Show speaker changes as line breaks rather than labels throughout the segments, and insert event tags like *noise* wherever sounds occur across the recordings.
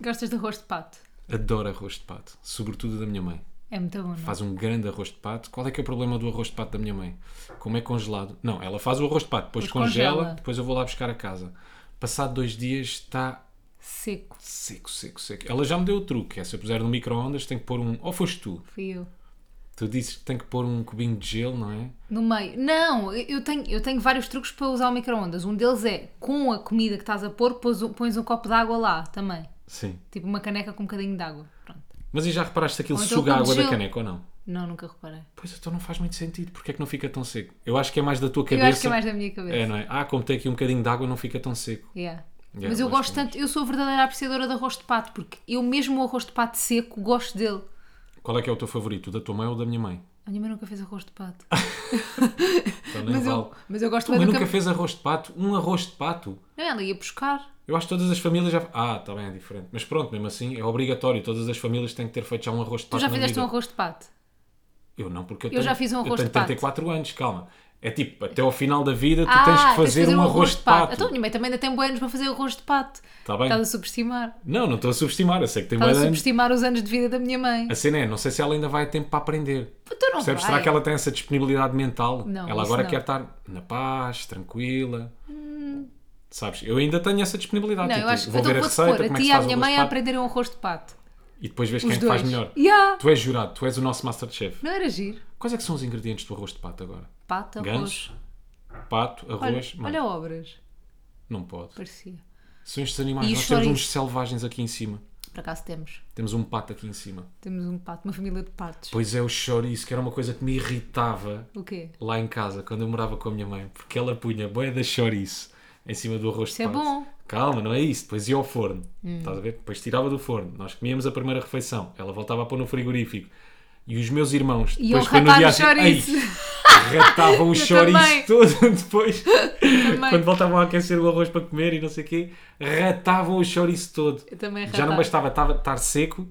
Gostas de arroz de pato?
Adoro arroz de pato, sobretudo da minha mãe.
É muito bom, não? é?
Faz um grande arroz de pato. Qual é que é o problema do arroz de pato da minha mãe? Como é congelado? Não, ela faz o arroz de pato, depois
Depois
congela,
congela.
depois eu vou lá buscar a casa. Passado dois dias está
Seco.
seco, seco, seco. Ela já me deu o truque. É, se eu puser no micro-ondas, tem que pôr um. Ou foste tu?
Fui eu.
Tu dizes que tem que pôr um cubinho de gelo, não é?
No meio. Não, eu tenho, eu tenho vários truques para usar o micro-ondas. Um deles é, com a comida que estás a pôr, pôs um- pões um copo de água lá também.
Sim.
Tipo uma caneca com um bocadinho de água. Pronto.
Mas e já reparaste se aquilo
Ou então
suga a
com
água da
gelo.
caneca ou não?
Não, nunca reparei.
Pois então não faz muito sentido. Porque é que não fica tão seco? Eu acho que é mais da tua
Eu
cabeça.
acho que é mais da minha cabeça.
É, não é? Ah, como tem aqui um bocadinho de água, não fica tão seco.
Yeah.
Yeah,
Mas eu
eu acho
gosto
que é
tanto, eu sou a verdadeira apreciadora de arroz de pato, porque eu mesmo o arroz de pato seco gosto dele.
Qual é que é o teu favorito? O da tua mãe ou o da minha mãe?
A minha mãe nunca fez arroz de pato.
Então *laughs* nem
mas,
vale.
eu, mas eu gosto
Tua mãe
bem do
nunca
cam...
fez arroz de pato? Um arroz de pato?
Não, ela ia buscar.
Eu acho que todas as famílias já. Ah, está bem, é diferente. Mas pronto, mesmo assim, é obrigatório. Todas as famílias têm que ter feito já um arroz de
Tu
pato.
já
na
fizeste
vida.
um arroz de pato?
Eu não, porque eu,
já fiz um arroz
eu tenho
de pato. Ah,
34 anos, calma. É tipo, até ao final da vida tu tens que fazer, um arroz, de pato.
Então a minha mãe também ainda tem buenos para fazer arroz de pato.
Tá bem.
Estás a subestimar.
Não, não estou a subestimar, eu sei que tem mais
Estás a
anos.
subestimar os anos de vida da minha mãe.
A cena é, não sei se ela ainda vai a tempo para aprender.
Então não
Percebes?
vai.
Será que ela tem essa disponibilidade mental?
Não,
ela
isso
agora
não. Hum.
quer estar na paz, tranquila. Sabes? Eu ainda tenho essa disponibilidade.
Não,
tipo,
eu acho
vou
então
ver a
vou-te
receita,
pôr
como é
a ti
que se
e a
faz o
minha
arroz
mãe
de
a
pato,
aprenderem um arroz de pato.
E depois vês
Os
quem é
dois.
faz melhor.
Yeah.
Tu és jurado, tu és o nosso Masterchef.
Não era giro?
Quais é que são os ingredientes do arroz de pato agora?
Pato, arroz.
Ganso, pato,
Olha,
arroz. mano,
olha obras.
Não pode.
Parecia.
São estes animais.
E
Nós
os
temos
chouriços?
uns selvagens aqui em cima.
Por acaso temos.
Temos um pato aqui em cima.
Temos um pato, uma família de patos.
Pois é, o chouriço, que era uma coisa que me irritava
O quê?
lá em casa, quando eu morava com a minha mãe, porque ela punha boia da chouriço em cima do arroz
Isso
de
é
pato.
bom. Hum.
Calma, não é isso. Depois ia ao forno. Estás a ver? Depois tirava do forno. Nós comíamos a primeira refeição. Ela voltava a pôr no frigorífico. E os meus irmãos,
Iam
depois foi no
ratar
dia
o
a seguir- Ei, *laughs*
chouriço.
assim,
*laughs*
ratavam o
Eu
chouriço
também.
todo *laughs* depois.
também.
Quando voltavam a aquecer o arroz para comer e não sei o quê, ratavam o chouriço todo.
Eu também
Já não
ratava.
bastava tava- estar seco,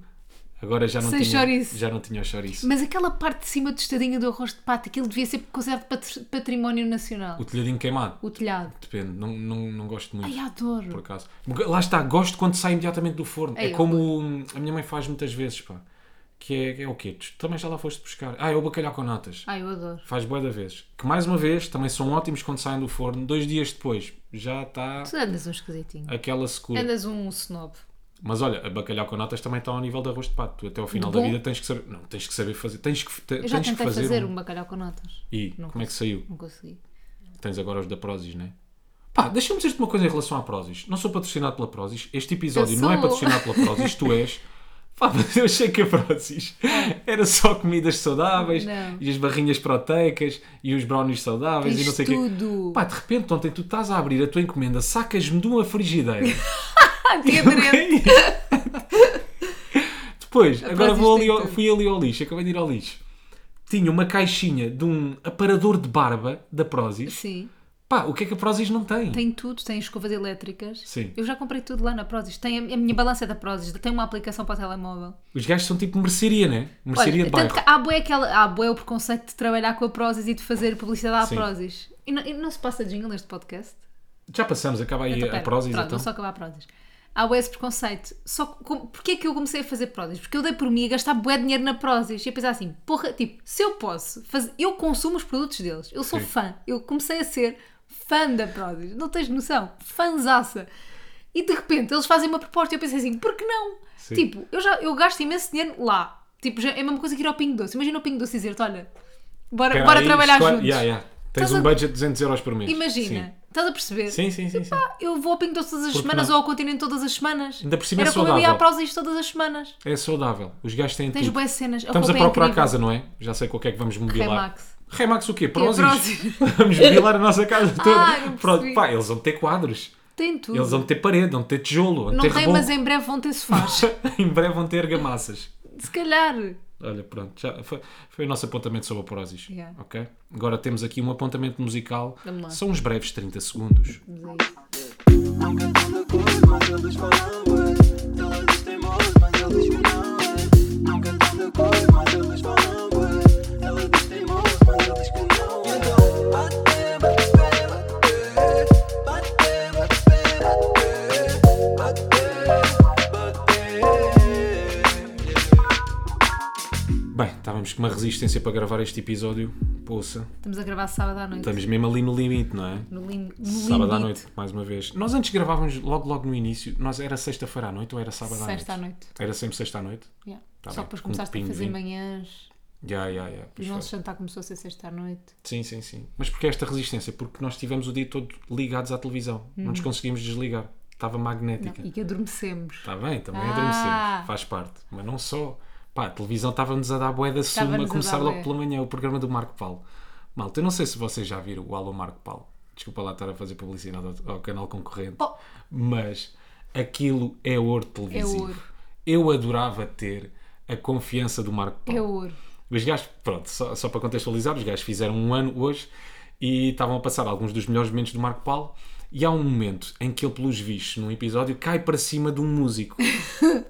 agora já não
Sem
tinha
chouriço.
Já não tinha o chouriço.
Mas aquela parte de cima tostadinha do arroz de pato, aquilo devia ser considerado pat- património nacional.
O telhadinho queimado,
O telhado.
depende, não, não, não gosto muito.
Ai, adoro.
Por acaso. Lá está, gosto quando sai imediatamente do forno.
Ai,
é
eu
como hum, a minha mãe faz muitas vezes, pá. Que é, é o quê? Tu também já lá foste buscar. Ah, é o bacalhau com natas.
Ai, eu adoro.
Faz boa da vez. Que mais uma vez, também são ótimos quando saem do forno. Dois dias depois, já está
Tu andas um esquisitinho.
aquela secura.
Andas um snob.
Mas olha, a bacalhau com natas também está ao nível de arroz de pato. Tu até ao final
De
da
bom?
vida tens que saber. Não, tens que saber fazer. Tens que, te-
Eu já
tens que
tentei
fazer.
fazer
um-
um bacalhau com notas.
E
Não
como é que saiu?
Não
*laughs*
consegui.
Tens agora os da Prozis, não é? Pá, deixa-me dizer-te uma coisa em relação à Prozis. Não sou patrocinado pela Prozis. Este episódio
Eu
não é
sou.
patrocinado pela Prozis,
*laughs*
tu és. Pá, mas eu achei que a Prozis era só comidas saudáveis
É. Não.
e as barrinhas proteicas e os brownies saudáveis e não
Tens
sei o quê.
tudo.
Pá, de repente ontem tu estás a abrir a tua encomenda, sacas-me de uma
*laughs*
frigideira.
Ah, que aderente.
*laughs* Depois, agora
Prozis
vou ali
tem
ao-
tudo.
fui ali ao lixo, acabei de ir ao lixo. Tinha uma caixinha de um aparador de barba da Prozis.
Sim.
Pá, o que é que a Prozis não tem?
Tem tudo, tem escovas elétricas.
Sim.
Eu já comprei tudo lá na Prozis. Tem a, a minha balança é da Prozis, tem uma aplicação para o telemóvel.
Os gajos são tipo mercearia, né? Mercearia
Olha,
de
tanto
bairro.
que há bué, aquela, há bué o preconceito de trabalhar com a Prozis e de fazer publicidade à
Sim.
Prozis. E não, e não se passa jingle neste podcast?
Já passamos, acaba aí
Então,
a
pera,
prosa
pronto,
então.
vou só acabar a Prozis. Há bué esse preconceito. Só que como, porquê é que eu comecei a fazer Prozis? Porque eu dei por mim a gastar bué dinheiro na Prozis. E a pensar assim, porra, tipo, se eu posso, fazer, eu consumo os produtos deles. Eu sou
Sim.
fã. Eu comecei a ser fã da Prozis. Não tens noção. Fanzaça. E de repente eles fazem uma proposta e eu pensei assim, por que não?
Sim.
Tipo, eu, já, eu gasto imenso dinheiro lá. Tipo, já- é a mesma coisa que ir ao Pingo Doce. Imagina o Pingo Doce dizer-te, olha, bora,
Espera
bora
aí,
trabalhar
escolhe-
juntos.
Yeah, yeah. Tens
Estás
um
a-
budget de 200 euros por mês.
Imagina, estás a perceber?
Sim, sim, sim. sim, sim.
Eu vou ao Pingo Doce todas as
Por que
semanas
não?
ou ao Continente todas as semanas.
Ainda por cima é
Era como eu ia à
saudável.
Prozis todas as semanas.
É saudável. Os gajos têm
Tens
tudo.
boas cenas.
Estamos a
roupa é
procurar
incrível.
casa, não é? Já sei com o que é que vamos mobilar.
Remax.
Remax o quê? Prozis?
Prozis.
*laughs*
Ah,
vamos mobilar a nossa casa toda.
não percebi.
Pronto, pá, eles vão ter quadros.
Tem tudo.
Eles vão ter parede, vão ter tijolo, vão
não
ter
tem,
reboco.
mas é em breve vão ter sofás.
*laughs* em breve vão ter gamaças.
Se calhar.
Olha, pronto, já foi, foi o nosso apontamento sobre a Prozis.
Yeah.
Ok? Agora temos aqui um apontamento musical.
Vamos lá. Uhum.
São uns breves 30 segundos.
Vamos a isso.
Nunca tão de acordo, mas eles falam ué. Ela diz teimoso, mas ele diz que não é. Nunca tão de acordo, mas eles falam ué. Ela diz teimoso, mas ele diz que não é. Então, bate, bate, bate, bate, bate, bate, bate, bate, bate, bate,
Bem, estávamos com uma resistência para gravar este episódio. Poça,
Estamos a gravar sábado à noite.
estamos mesmo ali no limite, não é?
No, lim... no
Então, Sábado à
limite.
noite, mais uma vez. Nós antes gravávamos logo, logo no início. Nós era sexta-feira à noite ou era sábado à noite?
Sexta à noite.
Era sempre sexta à noite?
Yeah.
Tá
Só
bem,
que depois
com um
começaste a
pingo de
fazer
vinho.
manhãs
Já, já, já.
e
pois
o nosso
foi.
jantar começou a ser sexta à noite.
Sim, sim, sim. Mas porque esta resistência? Porque nós tivemos o dia todo ligados à televisão. Não nos conseguimos desligar. Estava
Uhum. Não,
magnética.
e que adormecemos.
Está Tá bem, também
Ah.
adormecemos. Faz parte. Mas não só. Pá, a televisão estava-nos a dar bué da suma a
Estava-nos a
começar
dar
logo
bué.
pela manhã o programa do Marco Paulo. Malta, eu não sei se vocês já viram o Alô Marco Paulo. Desculpa lá estar a fazer publicidade ao, ao canal concorrente.
Oh.
Mas aquilo é ouro televisivo.
ouro.
Eu adorava ter a confiança do Marco Paulo.
É ouro.
Os gajos, pronto, só, só para contextualizar, os gajos fizeram um ano hoje e estavam a passar alguns dos melhores momentos do Marco Paulo. E há um momento em que ele, pelos vistos, num episódio, cai para cima de um
*laughs*
músico.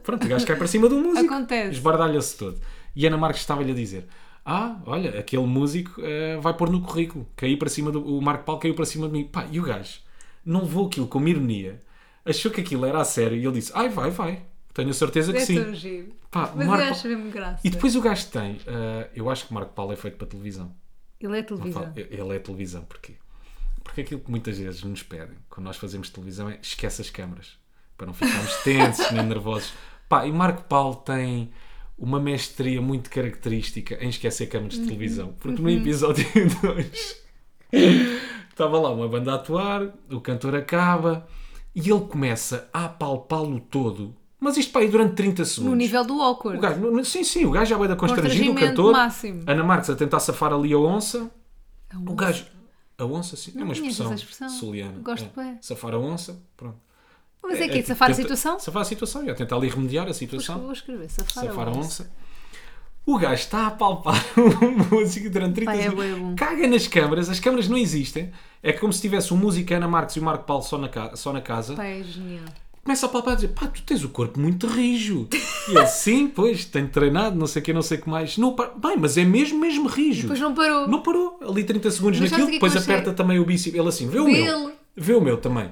Pronto, o gajo cai para cima de um músico.
Acontece.
Esbardalha-se todo. E Ana Marques estava-lhe a dizer: Ah, olha, aquele músico eh, vai pôr no currículo. Caiu para cima do. O Marco Paulo caiu para cima de mim. Pá, e o gajo não levou aquilo como ironia. Achou que aquilo era a sério e ele disse: Ai, vai, vai. Tenho a certeza que
É
sim.
tão giro.
Pá,
Mas
Marco-
eu acho mesmo graça.
E depois o gajo tem, ah, eu acho que o Marco Paulo é feito para televisão.
Ele é
Fala-
televisão.
Ele é televisão, porquê? Porque aquilo que muitas vezes nos pedem quando nós fazemos televisão é esquece as câmaras, para não ficarmos tensos nem nervosos. Pá, e Marco Paulo tem uma mestria muito característica em esquecer câmaras de televisão, porque no episódio *laughs* 2 estava lá uma banda a atuar, o cantor acaba e ele começa a apalpá-lo todo, mas isto para aí durante 30 segundos.
No nível do
O
awkward.
gajo, no- no- sim, sim, o gajo já vai da constrangido, o
Constrangimento
cantor.
máximo.
Ana Marques a tentar safar ali a onça.
A
O
onça.
gajo. A onça, sim. é uma
conheço
expressão,
essa expressão.
Soliana.
Gosto
É.
bué.
Safar a onça, pronto.
Mas é
É,
que
é,
safar a
tenta-
situação?
Safar a situação, já tentar ali remediar a
Acho que
situação.
Vou escrever. Safar,
Safar
a
a
onça.
onça. O gajo está a palpar *laughs* um músico durante 30
Pá, é
segundos.
bué bom.
Caga nas câmaras, as câmaras não existem. É como se tivesse um músico Ana Marques e o Marco Paulo só na, ca- só na casa.
Pá, é genial.
começa a palpar e dizer: pá, tu tens o corpo muito rijo. E ele, sim, pois, tenho treinado, não sei o que, não sei o que mais. Não, pá, bem, mas é mesmo, mesmo rijo.
Depois não parou.
Não parou. Ali 30 segundos
Mas sabes o
naquilo,
que é que
depois
eu achei?
aperta também o bíceps. Ele assim, vê o
Vê
meu.
ele.
Vê o meu também.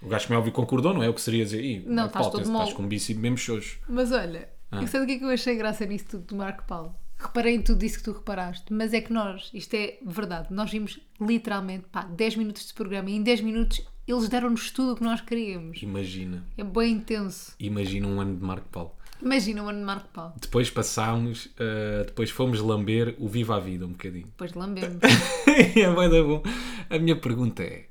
O gajo, como é óbvio, concordou, não é? O que seria dizer, Ih,
Não,
Marco Paulo,
estás todo
tens-
mole."
estás com um bíceps mesmo xoxo.
Mas olha,
Ah.
eu sei do que é que eu achei graça nisso tudo do Marco Paulo. Reparei em tudo isso que tu reparaste, mas é que nós, isto é verdade, nós vimos literalmente pá, 10 minutos de programa e em 10 minutos eles deram-nos tudo o que nós queríamos.
Imagina,
É bem intenso.
imagina um ano de Marco Paulo.
Imagina o ano de Marco Paulo.
Depois passámos, ah, depois fomos lamber o Viva a Vida um bocadinho.
Depois lambemos.
*laughs* é bué da bom. A minha pergunta é: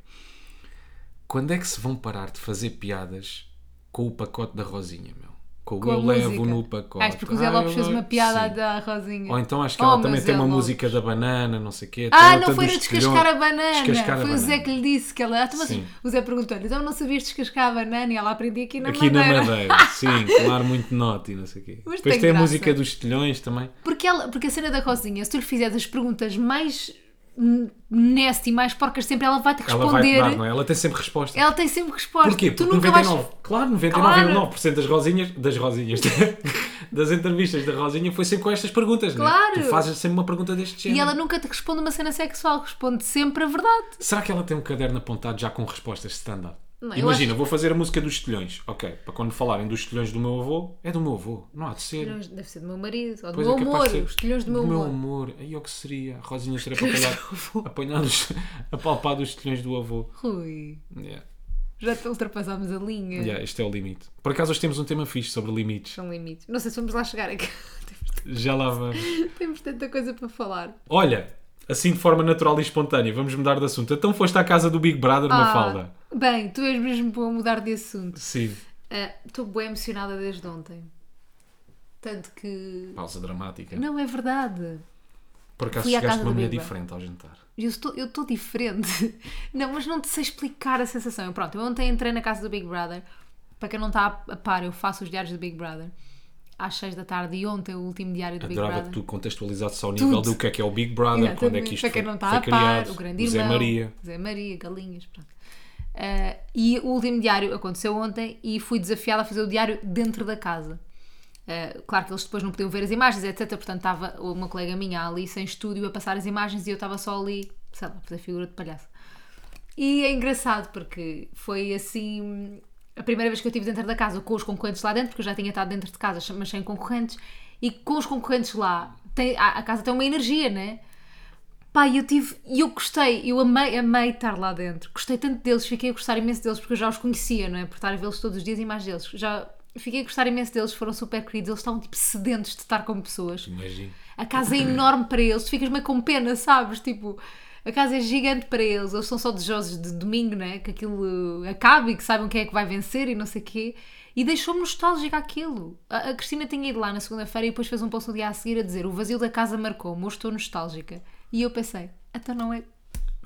quando é que se vão parar de fazer piadas com o pacote da Rosinha, meu? Com,
Com
o
a
eu levo
música.
no pacote.
Acho porque o Zé
Ah,
Lopes
eu
fez uma
levo-
piada
Sim.
da Rosinha.
Ou então acho que
Oh,
ela
meu
também
Zé
tem uma
Lopes.
música da banana, não sei o quê.
Ah,
Torta
não foi
dos
a descascar a
Telhões.
banana.
Descascar a
foi o Zé
banana.
que lhe disse que ela. Ah, então, mas
Sim.
o Zé perguntou-lhe, então não sabias descascar a banana e ela aprendia aqui na
Aqui
madeira.
na Madeira,
*laughs*
sim, com um ar muito naughty, não sei o quê.
Mas
Depois
tem
tem a
graça.
música dos telhões também.
Porque, ela, porque a cena da Rosinha, se tu lhe fizeres as perguntas mais n- nasty, mais porcas sempre, ela vai-te
Ela vai te
responder.
dar, não é? Ela tem sempre resposta.
Ela tem sempre resposta.
Porquê?
Tu
Porque
nunca
99,
vais.
claro, 99,9% das rosinhas, das rosinhas, *laughs* das entrevistas da Rosinha foi sempre com estas perguntas, não é?
Claro.
Tu fazes sempre uma pergunta deste género.
E ela nunca te responde uma cena sexual, responde sempre a verdade.
Será que ela tem um caderno apontado já com respostas standard?
Não, eu
Imagina,
acho-
vou fazer a música dos telhões. Ok, para quando falarem dos telhões do meu avô, é do meu avô, não há de ser.
Deve ser do meu marido, ou do
Pois
meu
é capaz
amor,
de ser.
os telhões do meu amor.
amor. Aí é o que seria? A Rosinha seria para apanhar, apanhar *laughs* os, apalpar dos telhões do avô.
Rui,
Yeah.
já te ultrapassámos a linha.
Yeah, este é o limite. Por acaso hoje temos um tema fixe sobre limites.
São limites. Não sei se vamos lá chegar aqui.
Já lá vamos.
*laughs* Temos tanta coisa para falar.
Olha, assim de forma natural e espontânea, vamos mudar de assunto. Então foste à casa do Big Brother,
Ah,
Mafalda.
Bem, tu és mesmo bom a mudar de assunto.
Sim.
Ah, Estou bem emocionada desde ontem. Tanto que.
Pausa dramática.
Não é verdade.
Por acaso
Fui à
chegaste
casa
de uma
do
maneira
Big
diferente ao jantar.
Eu estou, eu estou diferente. *laughs* Não, mas não te sei explicar a sensação. Eu, pronto, eu ontem entrei na casa do Big Brother. Para quem não está a par, eu faço os diários do Big Brother às 6 da tarde e ontem o último diário do Big
Adorava que
Brother.
tu contextualizasse ao nível
Tudo.
do que é que é o Big Brother, quando é que isto
para quem
foi,
não está
foi
a par,
criado,
o grande
Zé
irmão.
Maria.
Zé Maria, galinhas, pronto. Ah, e o último diário aconteceu ontem e fui desafiada a fazer o diário dentro da casa. Ah, claro que eles depois não podiam ver as imagens, etc. Portanto, estava uma colega minha ali sem estúdio a passar as imagens e eu estava só ali, sei lá, a fazer figura de palhaço. E é engraçado porque foi assim a primeira vez que eu estive dentro da casa com os concorrentes lá dentro, porque eu já tinha estado dentro de casa, mas sem concorrentes, e com os concorrentes lá, tem, a, a casa tem uma energia, né? Pá, e eu tive, e eu gostei, eu amei, amei estar lá dentro. Gostei tanto deles, fiquei a gostar imenso deles porque eu já os conhecia, não é? Por estar a vê-los todos os dias e mais deles. Já fiquei a gostar imenso deles, foram super queridos, eles estavam tipo sedentes de estar como pessoas.
Imagino.
A casa é enorme para eles, tu ficas meio com pena, sabes? Tipo, a casa é gigante para eles, eles são só desejosos de domingo, né? Que aquilo eh, acabe e que saibam quem é que vai vencer e não sei quê. E deixou-me nostálgica aquilo. A, a Cristina tinha ido lá na segunda-feira e depois fez um post no dia a seguir a dizer: O vazio da casa marcou-me, hoje estou nostálgica. E eu pensei: Então não é.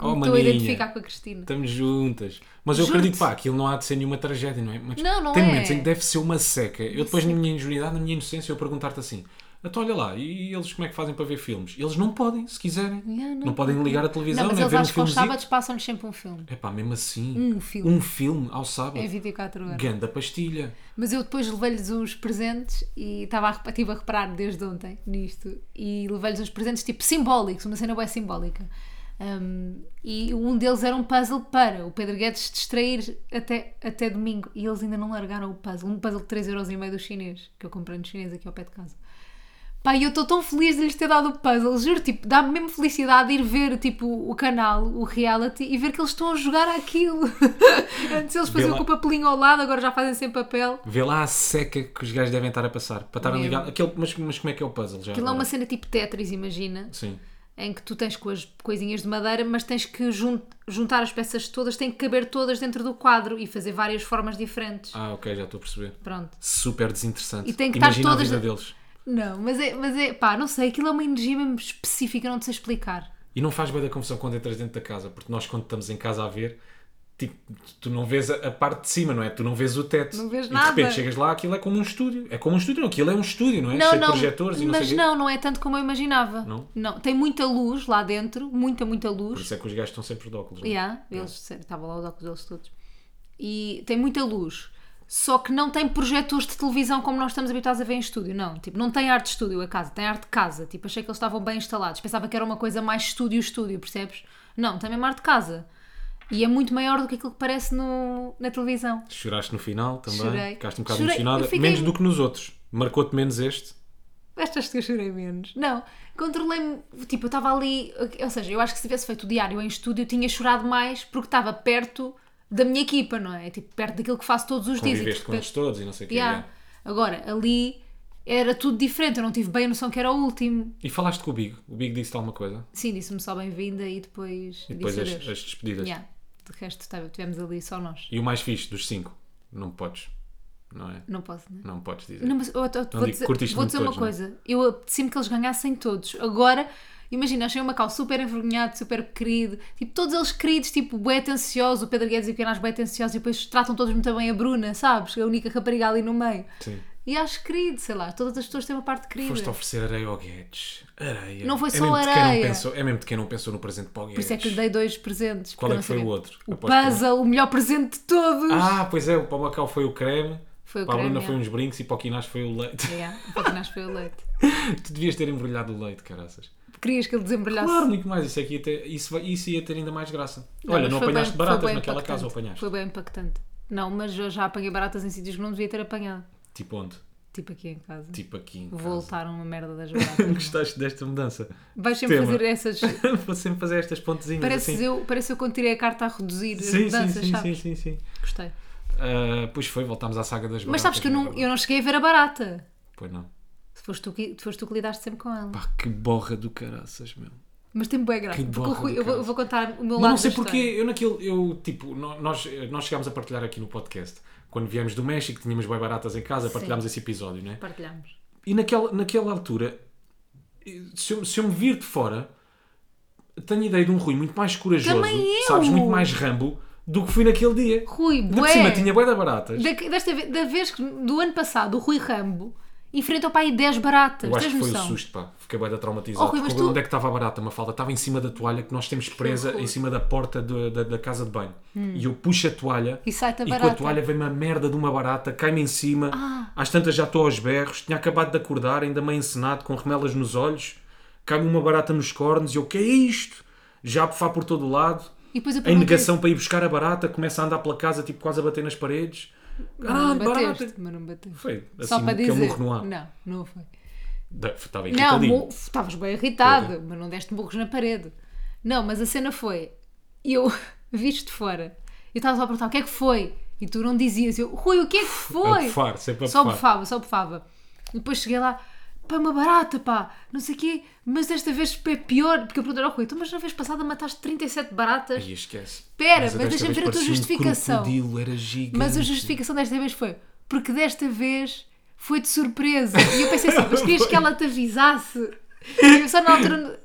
Oh,
Estou a
maninha.
identificar com a Cristina.
Estamos juntas. Mas eu
Juro-te.
acredito, pá, aquilo não há de ser nenhuma tragédia, não é? Mas
Não, não
tem
é.
momentos em que deve ser uma seca. Eu depois, na minha ingenuidade, na minha inocência, eu perguntar-te assim: então olha lá, e eles como é que fazem para ver filmes? Eles não podem, se quiserem.
Yeah,
não, podem ligar a televisão,
Não, mas
nem
eles
ver um
acho que aos
filmezinho.
sábados passam-nos sempre um filme.
É pá, mesmo assim.
Um filme.
Um filme ao sábado.
É 24 horas.
Ganda pastilha.
Mas eu depois levei-lhes uns presentes e estava a, rep- estive a reparar desde ontem nisto. E levei-lhes uns presentes tipo simbólicos, uma cena bem simbólica. Um, e um deles era um puzzle para o Pedro Guedes se distrair até, até domingo. E eles ainda não largaram o puzzle. Um puzzle de 3,5€ do chinês, que eu comprei no chinês aqui ao pé de casa. Pá, e eu estou tão feliz de lhes ter dado o puzzle, juro, tipo, dá-me mesmo felicidade ir ver, tipo, o canal, o reality, e ver que eles estão a jogar aquilo. *laughs* Antes eles faziam
lá.
com o papelinho ao lado, agora já fazem sem papel.
Vê lá a seca que os gajos devem estar a passar. Para estar a
Mesmo.
ligar. Aquele, mas, mas como é que é o puzzle já?
Aquilo é
agora?
uma cena tipo Tetris, imagina,
Sim.
em que tu tens com as coisinhas de madeira, mas tens que jun- juntar as peças todas, tem que caber todas dentro do quadro e fazer várias formas diferentes.
Ah, ok, já estou a perceber.
Pronto.
Super desinteressante.
E tem que estar
Imagina
todas-
a vida deles.
Não, mas é, mas é, pá, não sei, aquilo é uma energia mesmo específica, não te sei explicar.
E não faz bem da confusão quando entras dentro da casa, porque nós quando estamos em casa a ver, tipo, tu não vês a, a parte de cima, não é? Tu não vês o teto.
Não vês
e
nada.
de repente chegas lá, aquilo é como um estúdio. É como um estúdio, não, aquilo é um estúdio, não é?
Não,
Cheio
não,
de projetores e não
mas
sei o quê.
não, não é tanto como eu imaginava.
Não?
tem muita luz lá dentro, muita, muita luz.
Por isso é que os gajos estão sempre de óculos. não é?
Yeah, eles disseram- estavam lá os óculos deles todos. E tem muita luz. Só que não tem projetores de televisão como nós estamos habituados a ver em estúdio, não. Tipo, não tem arte de estúdio a casa, tem arte de casa. Tipo, achei que eles estavam bem instalados. Pensava que era uma coisa mais estúdio-estúdio, percebes? Não, tem mesmo arte de casa. E é muito maior do que aquilo que parece no, na televisão.
Choraste no final também.
Chorei.
Ficaste um bocado
Chorei.
emocionada.
Eu fiquei-
Menos do que nos outros. Marcou-te menos este.
Estas que eu chorei menos. Não, controlei-me. Tipo, eu estava ali. Ou seja, eu acho que se tivesse feito o diário em estúdio, eu tinha chorado mais porque estava perto da minha equipa, não é? Tipo, perto daquilo que faço todos os dias. e de
Conviveste com eles
repente-
todos e não sei o quê.
tipo, Yeah.
yeah.
Agora, ali era tudo diferente. Eu não tive bem a noção que era o último.
E falaste com o Big. O Big disse-te alguma coisa.
Sim, disse-me só bem-vinda e depois,
E depois as,
disse
as
adeus.
despedidas.
Yeah. De resto, estava- tivemos ali só nós.
E o mais fixe dos cinco. Não podes. Não é?
Não posso, né?
Não podes dizer.
Não, mas eu, eu- eu vou
digo,
dizer,
curtiste
vou
muito
dizer uma
todos, não é?
coisa. Eu apetecia-me que eles ganhassem todos. Agora, imagina, achei o Macau super envergonhado, super querido. Tipo, todos eles queridos, tipo, bué atencioso. O Pedro Guedes e o Pianás bué atenciosos. E depois tratam todos muito bem a Bruna, sabes? A única rapariga ali no meio.
Sim.
E acho querido, sei lá. Todas as pessoas têm uma parte querida.
Foste oferecer areia ao Guedes. Areia. É
Não foi só
mesmo de quem não
areia.
pensou- é mesmo de quem não pensou no presente para o
Por
Guedes.
isso é que lhe dei dois presentes. porque
Qual é
eu não
que foi
sabia.
o outro?
O
Aposto que não.
puzzle, o melhor presente de todos.
Ah, pois é, o para o Macau foi o creme.
Foi o
para
creme,
a Bruna
é.
foi uns brincos e para o Quinás foi o leite. *laughs*
Yeah, o Pianás foi o leite.
tu devias ter embrulhado o leite, caraças.
Querias que ele desembrulhasse.
Claro, muito mais. Isso, aqui ia ter, isso, vai- isso ia ter ainda mais graça. Olha,
mas
não
foi
apanhaste
bem- foi
baratas
bem
naquela
impactante.
casa ou apanhaste?
Foi bem impactante. Não, mas eu já apanhei baratas em sítios que não devia ter apanhado.
Tipo onde?
Tipo aqui em casa.
Tipo aqui em casa.
Voltaram uma merda das baratas.
*laughs* Gostaste desta mudança? *laughs*
Vais sempre
Tema. assim-
fazer essas.
Vou sempre fazer estas pontezinhas
Pareces
assim.
eu, parece eu quando tirei a carta a reduzir as
Sim, sim,
mudanças,
sim, sim,
sabes?
sim, sim.
Gostei.
Ah, pois foi, voltámos à saga das
Mas sabes que eu
baratas, é
não, eu não cheguei a ver a barata.
Pois não.
Se foste tu que, foste tu que lidaste sempre com ela.
Pá, que borra do caraças, meu.
Mas tem bem graça.
Que
Porque eu,
borra
fui-
do
eu vou, eu
caralho.
vou contar o meu
Mas
lado.
não sei
da
porque
história.
eu naquele, eu tipo, no- nós, nós chegámos a partilhar aqui no podcast. Quando viemos do México, tínhamos bem baratas em casa, partilhámos esse episódio, né?
Partilhamos.
E naquela, naquela altura, se eu, se eu me vir de fora, tenho ideia de um Rui muito mais corajoso,
Também eu!
sabes, muito mais rambo, do que fui naquele dia.
Rui,
Ainda por cima
bué.
tinha bué da baratas.
Da, desta vez, da vez que, do ano passado, o Rui Rambo enfrentou para aí 10 baratas.
Eu acho
Tens
que foi o
noção?
susto, pá. Fiquei bem da traumatizado.
Oh, Rui, mas
Porque
tu- Oh,
Onde é que estava a barata, Mafalda? Estava em cima da toalha que nós temos presa
horror.
em cima da porta do- da, da casa de banho. E eu puxo a toalha
Hum. E sai-te a
com a
barata. Ah.
toalha vem uma merda de uma barata, cai-me em cima. Às tantas já estou aos berros, tinha acabado de acordar, ainda meio encenado, com remelas nos olhos. Cai-me uma barata nos cornos e eu, que é isto? Já a bufar por todo o lado.
E depois eu
Em
perguntei-
negação para ir buscar a barata, começa a andar pela casa, tipo quase a bater nas paredes.
Mas não
Caralho, barata!
bateste, mas não bateste.
Foi assim
Só para
que
dizer.
eu morro no ar.
Não, não foi.
Da- Estava
Não,
irritadinho.
mo- estavas bem irritado, mas não deste burros na parede. Não, mas a cena foi: eu *laughs* vi-te de fora e estavas a perguntar o que é que foi? E tu não dizias, eu, Rui, o que é que
A
foi?
bufar, sempre a
só
bufar.
bufava, só bufava. E depois cheguei lá, pá, uma barata, pá, não sei o quê, mas desta vez é pior, porque eu perguntei ao Rui, tu, mas na vez passada mataste 37 baratas.
Aí esquece.
Espera,
a
mas
desta
deixa-me
vez
ver a tua
parecia um
justificação.
crocodilo, era gigante.
Mas a justificação desta vez foi porque desta vez foi de surpresa. E eu pensei
*laughs*
assim, mas querias que ela te avisasse? E eu só na altura.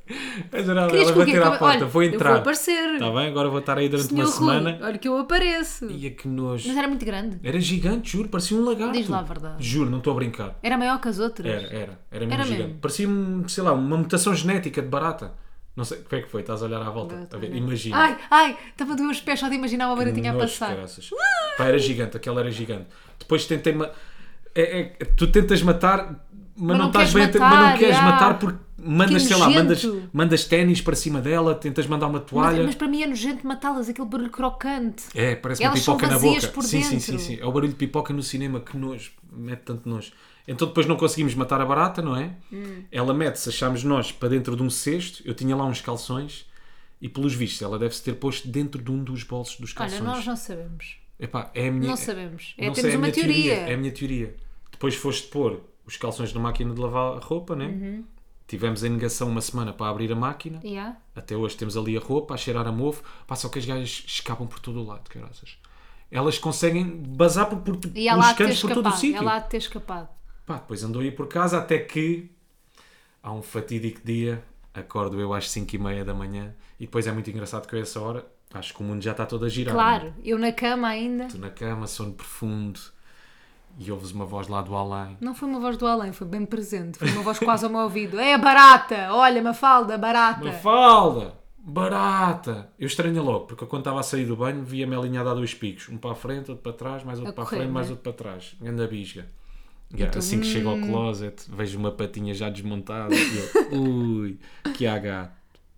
Mas era
*laughs* Querias
ela
que o quê?
bater à
Que-
porta,
olha,
vou
eu vou
entrar.
aparecer.
Está bem, agora vou estar aí durante
Senhor
uma semana.
Rui, olha que eu apareço.
Ia que nojo.
Mas era muito grande.
Era gigante, juro, parecia um lagarto.
Diz lá a verdade.
Juro, não estou a brincar.
Era maior que as outras.
Era, era. Era mesmo
Era
gigante.
mesmo.
Parecia, um, sei lá, uma mutação genética de barata. Não sei, como é que foi? Estás a olhar à volta. A ver, Tá imagina.
Ai, ai, estava dos meus pés só de imaginar uma baratinha a
Nojo,
passar.
caraças. Pá, era gigante, aquela era gigante. Depois tentei. Ma... É, é- tu tentas matar, mas, não,
não
estás
queres
bem. a te- mas
matar,
não queres
já.
matar porque mandas,
Que
sei lá, mandas,
nojento.
mandas ténis para cima dela, tentas mandar uma
Mas,
toalha.
mas para mim é nojento matá-las, aquele barulho crocante.
É, parece uma
Elas são
pipoca na
vazias
boca.
por
sim, sim, sim,
dentro.
sim. É o barulho de pipoca no cinema, que nojo, mete tanto nojo. Então depois não conseguimos matar a barata, não é?
Hum.
Ela mete-se, achámos nós, para dentro de um cesto. Eu tinha lá uns calções e, pelos vistos, ela deve-se ter posto dentro de um dos bolsos dos
Olha,
calções.
nós não sabemos.
Epá, é a minha,
Não sabemos. É,
não sei,
temos
a
uma
minha
teoria.
É a minha teoria. Depois foste pôr os calções na máquina de lavar roupa, né?
Uhum.
Tivemos em negação uma semana para abrir a máquina.
Yeah.
Até hoje temos ali a roupa, a cheirar a mofo. Pá, só que as gajas escapam por todo o lado, caraças. Elas conseguem bazar por, por,
E ela há
pelos
de ter
cantos, por todo o
escapado.
sítio.
Ela há de ter escapado.
Pá, depois andou aí por casa até que há um fatídico dia, acordo eu às 5 e meia da manhã e depois é muito engraçado que a essa hora acho que o mundo já está todo a girar. não é?
Claro, eu na cama ainda.
Tu na cama, sono profundo e ouves uma voz lá do além.
Não foi uma voz do além, foi bem presente. Foi uma voz quase ao meu ouvido. É barata! Olha, Mafalda, barata!
Mafalda! Barata! Eu estranho logo, porque eu quando estava a sair do banho via-me alinhada a dar dois picos. Um para a frente, outro para trás, mais outro
A
para
correr,
a frente, mais
né? "Hum."
outro para trás. Ganda bisga. E assim que chego ao closet, vejo uma patinha já desmontada. e eu,
*laughs*
ui, que há gato.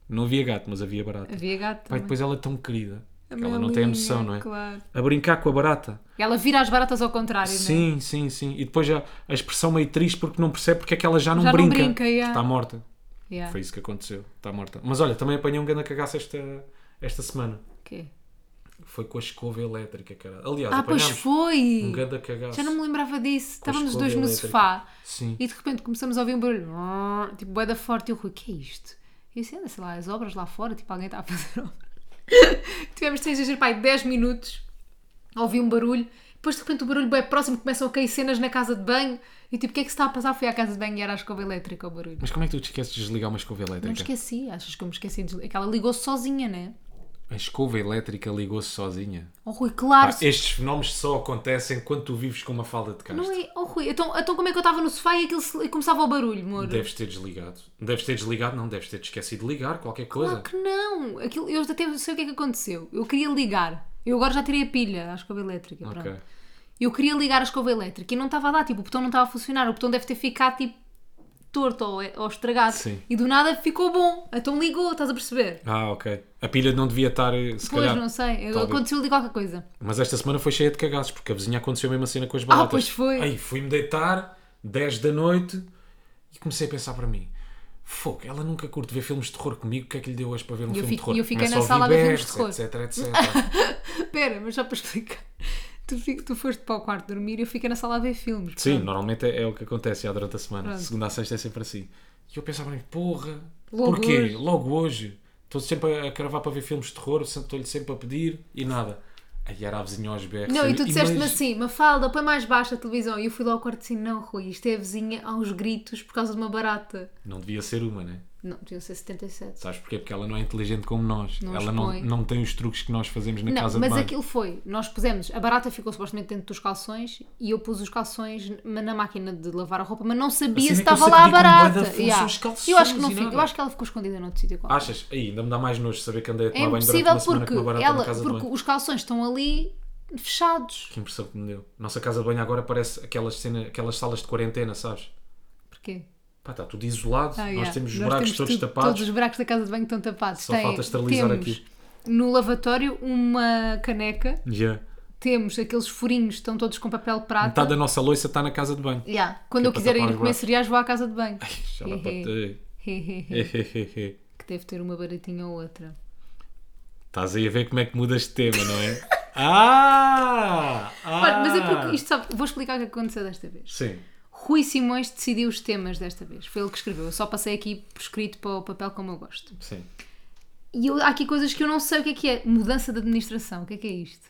Não havia gato, mas havia barata.
Havia gato.
Pai,
também.
depois ela é tão querida.
A
que ela não tem a
Melinha,
noção, não é?
Claro.
A brincar com a barata.
Ela vira as baratas ao contrário, não é?
Sim, sim, sim. E depois já a expressão meio triste porque não percebe porque é que ela já não
Já não
brinca.
brinca, yeah.
Está morta.
Yeah.
Foi isso que aconteceu. Está morta. Mas olha, também apanhei um grande cagaço esta, esta semana.
Quê?
Foi com a escova elétrica, cara. Aliás,
Ah, pois
apanhámos
foi!
um grande cagaço.
Já não me lembrava disso.
com a
Estávamos os
escova
dois no
elétrica.
sofá
Sim.
e de repente começamos a ouvir um barulho. Tipo, boeda forte. E o Rui, o que é isto? E eu sei, sei lá, as obras lá fora, tipo, alguém está a fazer obras. *laughs* Tivemos sem exagero, pai, 10 minutos. Ouvi um barulho. Depois, de repente, o barulho bem próximo. Começam a cair cenas na casa de banho. E tipo, o que é que se está a passar? Fui à casa de banho e era a escova elétrica o barulho.
Mas como é que tu te esqueces de desligar uma escova elétrica?
Não me esqueci, achas que eu me esqueci? De... É que ela ligou sozinha, né?
A escova elétrica ligou-se sozinha.
Oh Rui, claro!
Pá, estes fenómenos só acontecem quando tu vives com uma falda de
não
castro.
é? Oh Rui, então, então como é que eu estava no sofá e aquilo se- e começava o barulho, amor?
Deves ter desligado. Deves ter desligado, não. Deves ter te esquecido de ligar qualquer coisa.
Claro que não! Aquilo, eu até sei o que é que aconteceu. Eu queria ligar. Eu agora já tirei a pilha à escova elétrica. Pronto.
Ok.
Eu queria ligar a escova elétrica e não estava lá, tipo, o botão não estava a funcionar, o botão deve ter ficado tipo torto ou, é, ou estragado.
Sim.
E do nada ficou bom. Então ligou, estás a perceber?
Ah, ok. A pilha não devia estar, eh, se
Pois,
calhar.
não sei.
talvez.
Aconteceu ali qualquer coisa. *laughs*
Mas esta semana foi cheia de cagaços, porque a vizinha aconteceu a mesma cena com as baratas.
Ah, pois foi.
Aí fui-me deitar, 10 da noite, e comecei a pensar para mim: fogo, ela nunca curte ver filmes de terror comigo, o que é que lhe deu hoje para ver um
eu
filme
fico-
de terror?
eu fiquei
Começa
na
ouvir
sala a ver filmes
berros,
de terror. *laughs*
Etc, etc.
Pera, mas só para explicar. *laughs* Tu, fi- tu foste para o quarto dormir e eu fiquei na sala a ver filmes.
Sim,
Pronto.
normalmente é, é o que acontece já durante a semana.
Pronto.
Segunda a sexta é sempre assim. E eu pensava para mim: porra,
Logo
porquê?
hoje.
Logo hoje. Estou sempre a- a cravar para ver filmes de terror, sempre- estou-lhe sempre a pedir e nada. Aí era a vizinha aos berros.
Não, e tu disseste-me
mas-
assim, Mafalda, põe mais baixa a televisão. E eu fui lá ao quarto assim, não, Rui, isto é a vizinha aos gritos por causa de uma barata.
Não devia ser uma, né?
Não, deviam ser 77.
Sabes porquê? Porque ela não é inteligente como nós.
Não
ela não,
expõe.
não tem os truques que nós fazemos na
Não,
casa de
mas
banho.
aquilo foi. Nós pusemos, a barata ficou supostamente dentro dos calções e eu pus os calções na na máquina de lavar a roupa, mas não sabia se
Assim é que eu
estava lá a
sabia como bué
barata.
da função
Yeah.
os calções
Eu acho que não
e
ficou,
nada.
eu acho que ela ficou escondida noutro sítio qualquer.
Achas? Aí, ainda me dá mais nojo saber que andei a
é
tomar banho durante
impossível
uma semana
porque
com uma barata na
ela,
casa de
porque
banho.
os calções estão ali fechados.
Que impressão que me deu. Nossa casa de banho agora parece aquelas, cena, aquelas salas de quarentena, sabes?
Porquê?
Pá, está tudo isolado.
Ah,
nós
yeah.
temos os
Nós
buracos
temos
todos
tudo-
tapados.
Todos os buracos da casa de banho estão tapados.
Só falta esterilizar
temos
aqui.
No lavatório, uma caneca
Yeah.
temos aqueles furinhos, estão todos com papel prata.
Metade da nossa loiça está na casa
*laughs*
de banho.
Yeah, Quando
Que é
eu
para
quiser ir
tapar os
comer
buracos.
cereais, vou à casa de banho. *laughs*
Já dá para ter. É.
que deve ter uma baratinha ou outra.
Estás aí a ver como é que mudas de tema, não é? *laughs* Ah! ah!
Olha, mas é porque isto sabe, vou explicar o que aconteceu desta vez.
Sim.
Rui Simões decidiu os temas desta vez. Foi ele que escreveu. Eu só passei aqui por escrito para o papel como eu gosto.
Sim.
E eu- há aqui coisas que eu não sei o que é que é. Mudança de administração. O que é que é isto?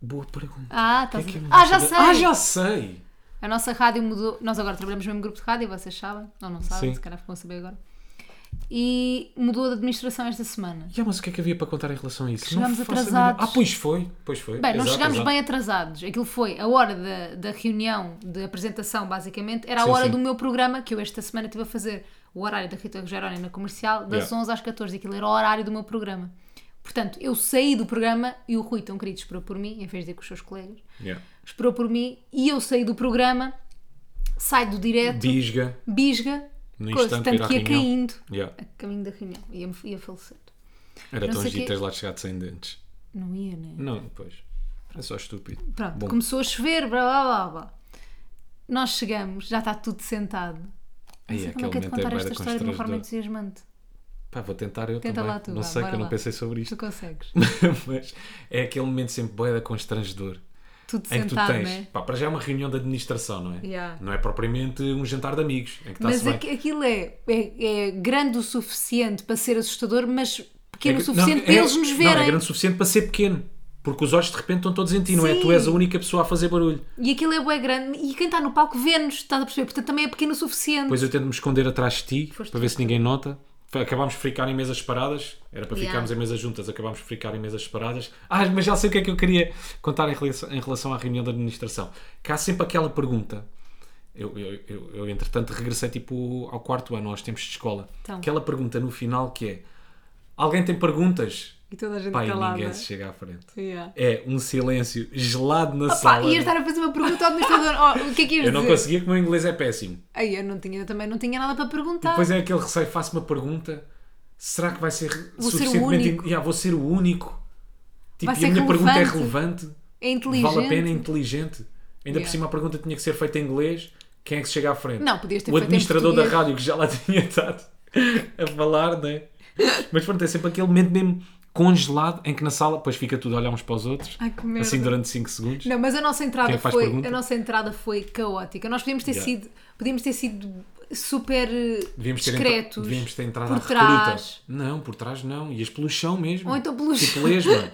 Boa pergunta.
Ah,
O
estás
que é que é
a-
uma
Ah, já
mudança de-
sei!
Ah, já sei!
A nossa rádio mudou. Nós agora trabalhamos no mesmo grupo de rádio, vocês sabem. Ou não sabem,
Sim.
se calhar vão saber agora. E mudou de administração esta semana.
Já, mas o que é que havia para contar em relação a isso?
chegámos
faço a mínima-
atrasados.
Ah, pois foi, pois foi.
Bem, não
Exato,
chegámos
exato.
bem atrasados. Aquilo foi a hora da, da reunião, de apresentação, basicamente. Era a
Sim,
hora
sim.
do meu programa, que eu esta semana estive a fazer o horário da Rita Rogeroni na comercial, das
Yeah.
11 às 14. Aquilo era o horário do meu programa. Portanto, eu saí do programa e o Rui, tão querido, esperou por mim, em vez de ir com os seus colegas,
Yeah.
esperou por mim e eu saí do programa, saio do direto,
Bisga.
bisga,
No
coisa,
instante
tanto
para ir à
que ia
reunião.
caindo
Yeah.
a caminho da reunião, ia, ia falecendo.
Era
Não
tão
sei
giro
quê.
teres lá chegado sem dentes.
Não ia, né?
Não, pois. É só estúpido.
Pronto,
Bom,
começou a chover, blá blá blá blá. Nós chegamos, já está tudo sentado. Não
aí,
sei como
aquele
é que é de
momento é
contar
bué
esta
da
história de uma forma
constrangedor.
entusiasmante.
Pá, vou tentar eu
Tenta
também.
lá tu,
não
vá,
sei que
bora
eu não
lá.
pensei sobre isto. *laughs*
Tu consegues.
Mas é aquele momento sempre boeda constrangedor.
Tudo
Em que tu
sentado,
tens,
né?
pá, para já é uma reunião de administração, não é?
Yeah.
Não é propriamente um jantar de amigos, em que
Mas
está-se bem.
aqu- aquilo é, é, é grande o suficiente para ser assustador, mas pequeno
É
o
que-
suficiente
não,
para
é-
eles nos verem.
Não, é grande o suficiente para ser pequeno. Porque os olhos de repente estão todos em ti, não é?
Sim.
Tu és a única pessoa a fazer barulho.
E aquilo é bué grande. E quem está no palco vê-nos, estás a perceber? Portanto, também é pequeno o suficiente.
Depois eu tento me esconder atrás de ti
Foste
para ver se ninguém nota. Acabámos de ficar em mesas separadas, era para
Yeah.
ficarmos em mesas juntas, acabámos de ficar em mesas separadas. Ah, mas já sei o que é que eu queria contar em relação, em relação à reunião da administração. Que há sempre aquela pergunta. Eu, eu, eu, eu, entretanto, regressei tipo ao quarto ano, aos tempos de escola.
Então.
Aquela pergunta no final que é: Alguém tem perguntas?
E toda a gente
Pai,
calada.
ninguém se chega à frente.
Yeah.
É um silêncio gelado na
Pá,
sala.
ias estar a fazer uma pergunta ao administrador. ó, o que é que ias
é- Eu não
dizer?
conseguia, que o meu inglês é péssimo.
Aí eu não tinha, eu também não tinha nada para perguntar.
Depois é aquele receio, faço uma pergunta, será que vai ser
Vou ser o
suficientemente...
único.
Yeah, vou ser o único. Tipo,
Vai
e
ser
a minha pergunta é
relevante.
relevante,
É inteligente.
vale a pena, é inteligente. Ainda
Yeah.
por cima a pergunta tinha que ser feita em inglês, quem é que se chega à frente?
Não, podias ter
o
feito em
administrador da
português.
rádio que já lá *laughs* tinha estado a falar, não é? Mas pronto, é sempre aquele momento mesmo congelado em que na sala depois fica tudo a olhar uns para os outros,
Ai, que merda.
assim durante 5 segundos.
Não, mas a nossa entrada
Quem é faz
foi,
pergunta?
a nossa entrada foi caótica. Nós podíamos ter
Yeah.
sido, podíamos ter sido super eh,
Devíamos ter, entra...
discretos.
Devíamos ter entrado
por
à
trás. *laughs*
recruta. Não, por trás não. Ias pelo chão mesmo.
Ou então pelo
Tipo
chão. *laughs*
lesma.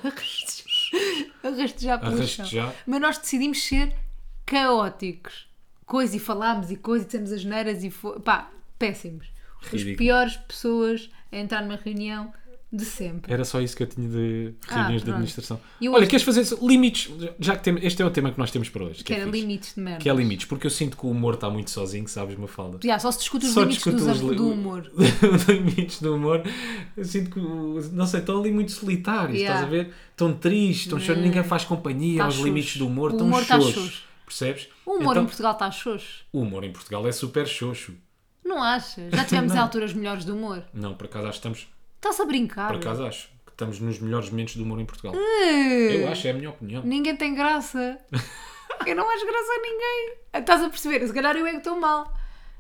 Arrastejar pelo
Arraste
chão.
já.
Mas nós decidimos ser caóticos. Coisa e falámos e coisa e dissemos as neiras e foi, pá, péssimos. Os
Ridículo.
piores pessoas a entrar numa reunião de sempre.
Era só isso que eu tinha de
Ah,
reuniões
pronto.
de administração.
E
Olha,
hoje-
queres fazer isso? limites? Já que temos, este é o tema que nós temos para hoje.
Que era
é fixe.
limites de merda.
Que é limites, porque eu sinto que o humor está muito sozinho, sabes, uma falda.
Já, só se discute os
Só
limites
discuto
dos- hum-,
os li-
do
*laughs*
humor.
os limites do humor. Eu sinto que, o- não sei, estão ali muito solitários,
Yeah.
estás a ver? Estão tristes, estão chorando, ninguém faz companhia,
Tá
aos
xoxo.
limites do humor,
O
estão
humor tá
xoxos,
xoxo.
Percebes?
O humor
Então,
em Portugal está xoxo.
o humor em Portugal é super xoxo.
Não achas?
*laughs*
Já tivemos
Não.
alturas melhores do humor.
Não, por acaso acho que estamos,
Estás a brincar.
por acaso acho que estamos nos melhores momentos do humor em Portugal.
Eh,
Eu acho, é a minha opinião.
Ninguém tem graça.
*laughs*
eu não acho graça a ninguém. Estás a perceber? Se calhar eu é que estou mal.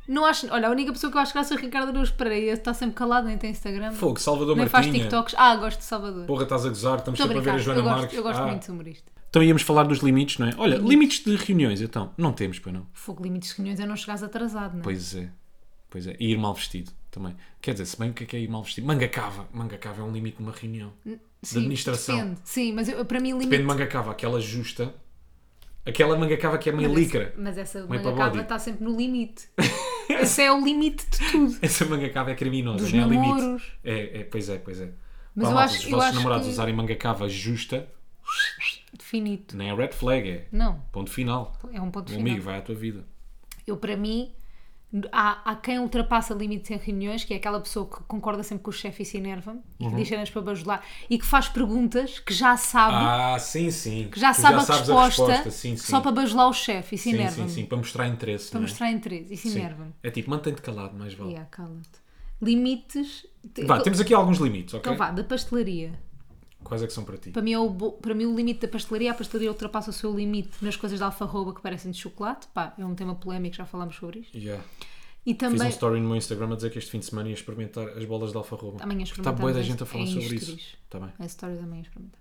Não acho... Olha, a única pessoa que eu acho graça é o Ricardo Araújo Pereira. Ele está sempre calado, nem tem Instagram.
Fogo, Salvador
nem faz
Martinha.
TikToks. Ah, gosto de Salvador.
Porra, estás a gozar, estamos
Estou a
sempre a ver
brincar.
a Joana
eu gosto,
Marques.
eu gosto
Ah.
muito de humorista.
Então íamos falar dos limites, não é? Olha, limites de reuniões, então. Não temos, pois não.
Fogo, limites de reuniões é não chegares atrasado, não é?
Pois é. Pois é. E ir mal vestido também. Quer dizer, se bem o que é que é ir mal vestido? Manga cava. Manga cava é um limite de uma reunião. de administração.
Depende. Sim, mas eu- para mim limite...
Depende de manga cava. Aquela justa. Aquela manga cava que é meio
Mas essa-
licra.
Mas essa
Meio
manga
para body.
cava está sempre no limite.
*laughs*
Esse é o limite de tudo.
Essa manga cava é criminosa,
Dos
não é
namoros.
limite. É, é, pois é, pois é.
Mas
Pá,
eu
malta,
acho-
se os
eu
vossos
acho
namorados
que-
usarem manga cava justa,
Definito.
nem é red flag, é
Não,
ponto final.
é um ponto
Meu
final.
amigo, vai à tua vida.
Uhum. Eu, para mim, há, há quem ultrapassa limites em reuniões, que é aquela pessoa que concorda sempre com o chefe e se enerva, e
Uhum.
que diz cenas para bajular, e que faz perguntas que já sabe,
Ah, sim, sim.
que já
Tu
sabe a,
sabes
resposta,
Sim, sim.
só para bajular o chefe e se
Sim,
enerva
sim, sim, para mostrar interesse.
para
não é?
mostrar interesse, e se
Sim.
enerva-me.
É tipo, mantém-te calado, mais vale.
Yeah, cala-te. Limites...
Vá, temos aqui alguns limites, ok?
Então vá, da pastelaria.
Quais é que são para ti?
Para mim, é o bo- para mim o limite da pastelaria, a pastelaria ultrapassa o seu limite nas coisas de alfarroba que parecem de chocolate. Pá, é um tema polémico, já falámos sobre isto.
Yeah.
E
Fiz
também.
um story no meu Instagram a dizer que este fim de semana ia experimentar as bolas de alfarroba.
Amanhã
Porque Está boa da
experimentamos
gente a
este-
falar
em
sobre
Estoril.
isso. Está bem.
A história da manhã experimentar.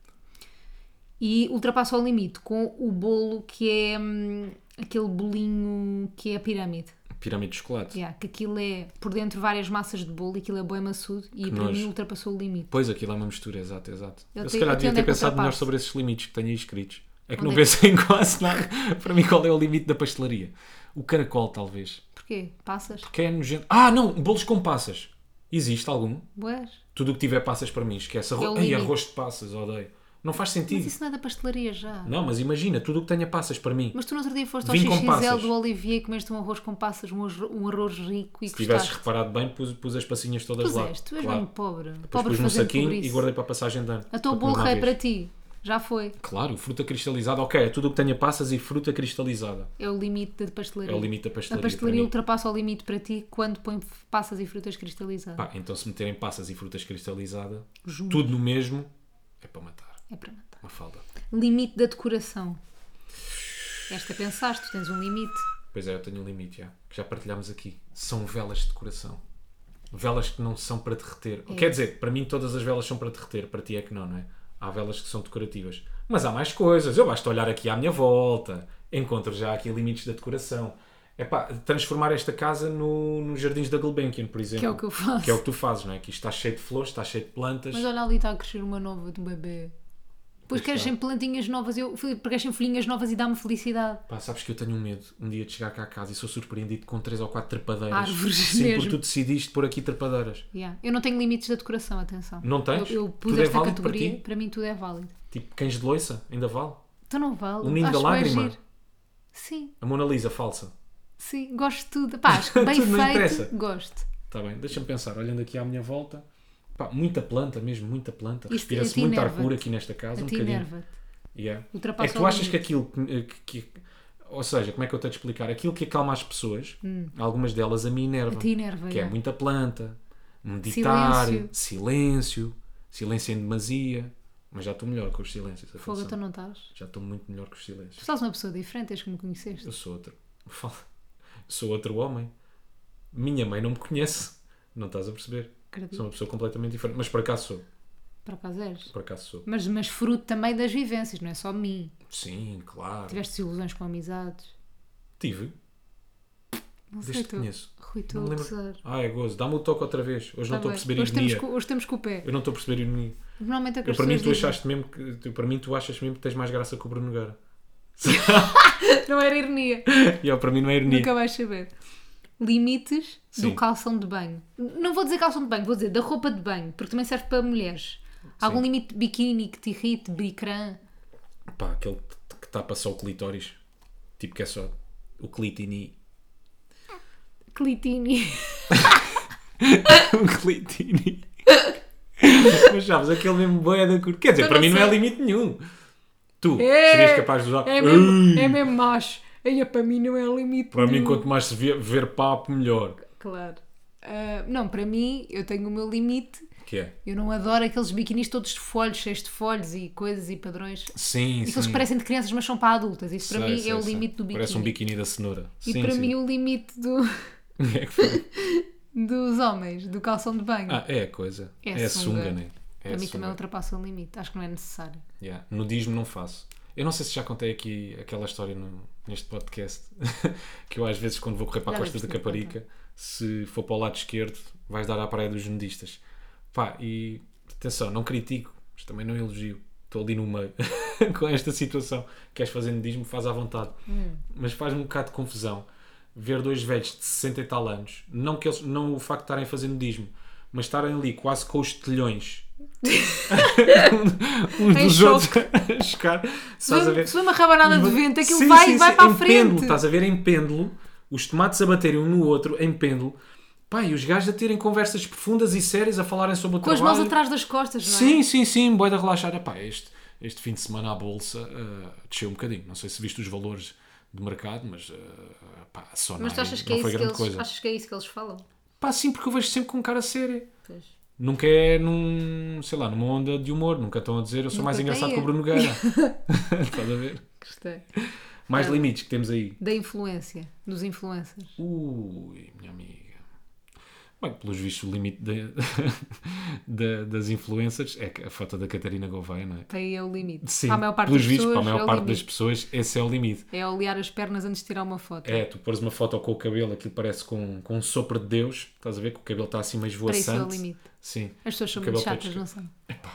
E ultrapassa o limite com o bolo que é hum, aquele bolinho que é a pirâmide.
Pirâmide de chocolate.
Yeah, que aquilo é por dentro várias massas de bolo e aquilo é boi maçudo e para
nojo.
mim ultrapassou o limite.
Pois, aquilo é uma mistura, exato, exato.
Eu tenho-
Eu, se calhar
até
devia
onde é
ter
que
pensado melhor
ultrapassa?
sobre esses limites que tenho aí escritos. É que
Onde
não
é que-
pensei *laughs* em quase nada. Para mim, qual é o limite da pastelaria? O caracol, talvez.
Porquê? Passas?
Que é nojento. Ah, não! Bolos com passas. Existe algum?
Boas?
Tudo o que tiver passas para mim, esquece.
É o
Arro... Ei,
limite.
arroz de passas, odeio. Não faz sentido.
Mas isso não é da pastelaria já.
Não, mas imagina, tudo o que tenha passas para mim.
Mas tu no outro dia foste ao
Vim com
XXL
passas.
do Olivier e comeste um arroz com passas, um arroz, um arroz rico e
Se tivesses
gostaste.
reparado bem, pus, pus as passinhas todas lá.
Puseste, tu és
claro.
mesmo pobre.
Depois
pobre
pus num
fazendo
saquinho
pobrice.
e guardei para a passagem de ano.
A tua
Porque
Então bolo
não
rei
havia.
para ti. Já foi.
Claro, fruta cristalizada. Ok, é tudo o que tenha passas e fruta cristalizada.
É o limite da pastelaria.
É o limite da
A
pastelaria.
pastelaria
para mim.
ultrapassa o limite para ti quando põe passas e frutas cristalizadas.
Pá, então se meterem passas e frutas cristalizadas,
Junto.
tudo no mesmo, é para matar.
É para matar.
Uma falda.
Limite da decoração. Esta pensaste, tu tens um limite.
Pois é, eu tenho um limite, já. Que já partilhámos aqui. São velas de decoração. Velas que não são para derreter.
É
Quer dizer, para mim todas as velas são para derreter, para ti é que não, não é? Há velas que são decorativas. Mas há mais coisas. Eu basta olhar aqui à minha volta. Encontro já aqui limites da decoração. É pá, transformar esta casa no, nos jardins da Gulbenkian, por exemplo.
Que é o que eu faço.
Que é o que tu fazes, não é? Que isto está cheio de flores, está cheio de plantas.
Mas olha ali, está a crescer uma nova de um bebê. Depois
Pois
queres
está.
sempre plantinhas novas, eu crescem folhinhas novas e dá-me felicidade.
Pá, sabes que eu tenho um medo um dia de chegar cá a casa e sou surpreendido com três ou quatro trepadeiras.
Árvores
Sim,
mesmo.
porque tu decidiste pôr aqui trepadeiras.
Yeah. Eu não tenho limites da decoração, atenção.
Não tens?
Eu, eu pus
Tudo é
esta
válido para
categoria, para,
ti?
mim tudo é válido.
Tipo, cães de loiça, ainda vale?
Então não vale.
O ninho
acho
da
bué
Um lágrima?
giro. Sim,
A Mona Lisa, falsa.
sim, gosto de tudo. Pá,
*laughs*
acho que bem
Tudo não interessa.
feito, gosto.
Está Tá bem, deixa-me pensar, olhando aqui à minha volta. Pá, muita planta mesmo, muita planta.
Isto a
Respira-se
ti
muito ar
enerva-te.
puro aqui nesta casa,
A
um
ti
bocadinho.
enerva-te.
Yeah.
Ultrapassa
É que tu
o
achas
limite.
que aquilo que, eh, que- que- Ou seja, como é que eu tenho de explicar? Aquilo que acalma as pessoas, algumas delas a mim enerva.
Hum. A ti enerva,
Que
Ah,
é
yeah.
muita planta, meditar,
Silêncio.
silêncio, silêncio, em demasia. Mas já estou melhor com os silêncios.
Fogo,
atenção.
então não estás.
Já estou muito melhor com os
Tu
silêncios.
estás uma pessoa diferente, és que me conheceste.
Eu sou outro. *laughs* Fala. Sou outro homem. Minha mãe não me conhece. Não estás a perceber.
Acredito.
Sou uma pessoa completamente diferente. Mas por acaso sou.
Para acaso és.
Por acaso sou.
Mas, mas fruto também das vivências, não é só mim.
Sim, claro.
Tiveste desilusões com amizades.
Tive.
Não sei,
Desde que
tu.
conheço.
Rui, tu
Não me
a
lembro.
gozar.
Ah, é gozo. Dá-me o toque outra vez. Hoje não
Tá bem.
estou a perceber
hoje temos,
ironia.
com, hoje temos com o pé.
Eu não estou a perceber ironia.
Normalmente é que
Eu,
as
para mim, tu
pessoas dizem-
achaste mesmo que. Tu, para mim, tu achas mesmo que tens mais graça que o Bruno Nogueira.
Não era ironia.
E ó, para mim não é ironia.
Nunca vais saber. Limites
Sim.
do calção de banho. Não vou dizer calção de banho, vou dizer da roupa de banho, porque também serve para mulheres. Há Algum
Sim.
limite de biquíni que te irrite, bicrã?
Pá, aquele t- que tapa só o clitóris. Tipo que é só o clitini. *laughs*
Clitini. *laughs*
um clitini. Mas sabes, aquele mesmo boia da cor. Quer dizer,
Eu
para
não
mim não é
sei.
limite nenhum. Tu
É,
serias capaz de usar.
É mesmo,
Ei,
é mesmo macho. Aí para mim não é limite.
Para mim,
nenhum.
quanto mais se vê- ver papo, melhor.
Claro. Ah, não, para mim, eu tenho o meu limite.
Que é?
Eu não adoro aqueles biquinis todos de folhos, cheios de folhos e coisas e padrões.
Sim,
Aqueles que parecem de crianças, mas são para adultas. Isso para
Sei,
mim
sei,
é o
sei.
limite do biquíni.
Parece um biquíni da cenoura.
E
sim,
para
sim.
mim o limite do,
*laughs*
*laughs*
É que foi.
dos homens, do calção de banho.
Ah, é a coisa.
É
É, a sunga,
sunga.
né? É
para
a
mim
sunga.
também ultrapassa o limite. Acho que não é necessário.
Yeah. Nudismo não faço. Eu não sei se já contei aqui aquela história no- neste podcast *laughs* que eu às vezes quando vou correr para a
Já
costa
deves
da
ter contado.
Caparica, se for para o lado esquerdo, vais dar à praia dos nudistas. Pá, e atenção, não critico, mas também não elogio. Estou ali no meio *laughs* com esta situação. Queres fazer nudismo, faz à vontade. Mas faz-me um bocado de confusão ver dois velhos de 60 e tal anos, não, que eles, não o facto de estarem a fazer nudismo, mas estarem ali quase com os telhões uns
Em
dos
choque.
outros a chegar.
Se
Estás a ver?
foi, se foi uma rabanada de
Mas-
vento, aquilo
Sim,
vai
sim,
e vai
sim,
para
em
a frente.
Pêndulo, estás a ver em pêndulo, os tomates a baterem um no outro em pêndulo, pá, e os gajos a terem conversas profundas e sérias a falarem sobre o
Com as
trabalho.
mãos atrás das costas, não é?
Sim, sim, sim, boida relaxar. Epá, este, este fim de semana a bolsa ah, desceu um bocadinho. Não sei se viste os valores de mercado, mas ah, pá, só
Mas tu achas que, é
não
isso
foi
que
grande
eles,
coisa.
achas que é isso que eles falam?
Pá, sim, porque eu vejo sempre com cara séria.
Pois.
Nunca é num, sei lá, numa onda de humor. Nunca estão a dizer eu sou
Nunca
mais
tem
engraçado
eu.
que o Bruno
*laughs*
Nogueira. Estás a ver?
Gostei.
Mais
É.
limites que temos aí.
Da influência, dos influencers.
Ui, minha amiga. Bem, pelos vistos, o limite *laughs* da- da- das influências é a falta da Catarina Gouveia, não é?
Para aí é o limite.
Sim,
para a maior parte
pelos
das
vistos,
pessoas,
para a maior
é o
parte das
limite.
pessoas, esse é o limite.
É olear as pernas antes de tirar uma foto.
É, tu pôres uma foto com o cabelo, aquilo parece com, com um sopro de Deus, estás a ver que o cabelo está assim meio
Para isso é o
esvoaçante.
limite.
Sim.
As pessoas são
O
muito
cabelo todo
chatas,
escuro.
não são?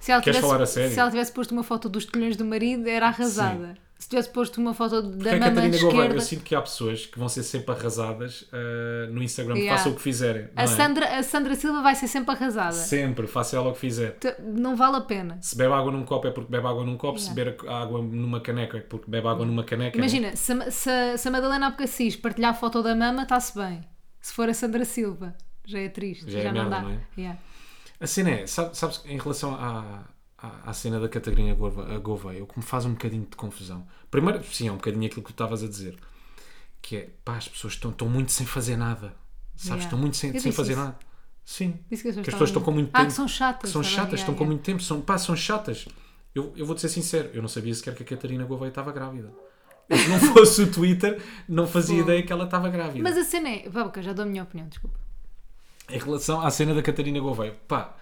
Se ela,
Queres
tivesse,
falar a sério?
se ela tivesse posto uma foto dos colhões do marido, era arrasada. Se tivesse posto uma foto da
Porque a
mama
Catarina Gouveia,
esquerda.
eu sinto que há pessoas que vão ser sempre arrasadas ah, no Instagram,
Yeah.
façam o que fizerem. não
A
é?
Sandra, a Sandra Silva vai ser sempre arrasada.
Sempre, faça ela o que fizer.
Te- Não vale a pena.
Se bebe água num copo é porque bebe água num copo, se
Yeah.
beber água numa caneca é porque bebe água numa caneca. não é?
Imagina, se, a- se a- se a Madalena Abcacis partilhar a foto da mama, está-se bem. Se for a Sandra Silva, já é triste.
Já
Já, não
é merda,
dá.
não é?
Yeah.
A cena é, sabe- sabes, em relação à, à, à cena da Catarina Gorva- a Gouveia, o que me faz um bocadinho de confusão. Primeiro, sim, é um bocadinho aquilo que tu estavas a dizer, que é, pá, as pessoas estão, estão muito sem fazer nada. Sabes,
Yeah.
estão muito sem,
Eu
sem
disse
fazer
isso.
nada. Sim.
Disse que as pessoas
Que as pessoas
estavam
estão com muito
Ah,
tempo.
que são chatas.
que são
está bem,
chatas,
yeah,
estão com
yeah.
muito tempo. São, pá, são chatas. Eu, eu vou-te ser sincero, eu não sabia sequer que a Catarina Gouveia estava grávida. Se não fosse o Twitter, não fazia ideia que ela estava grávida.
Mas a cena é. Babaca, já dou a minha opinião, desculpa.
Em relação à cena da Catarina Gouveia, pá,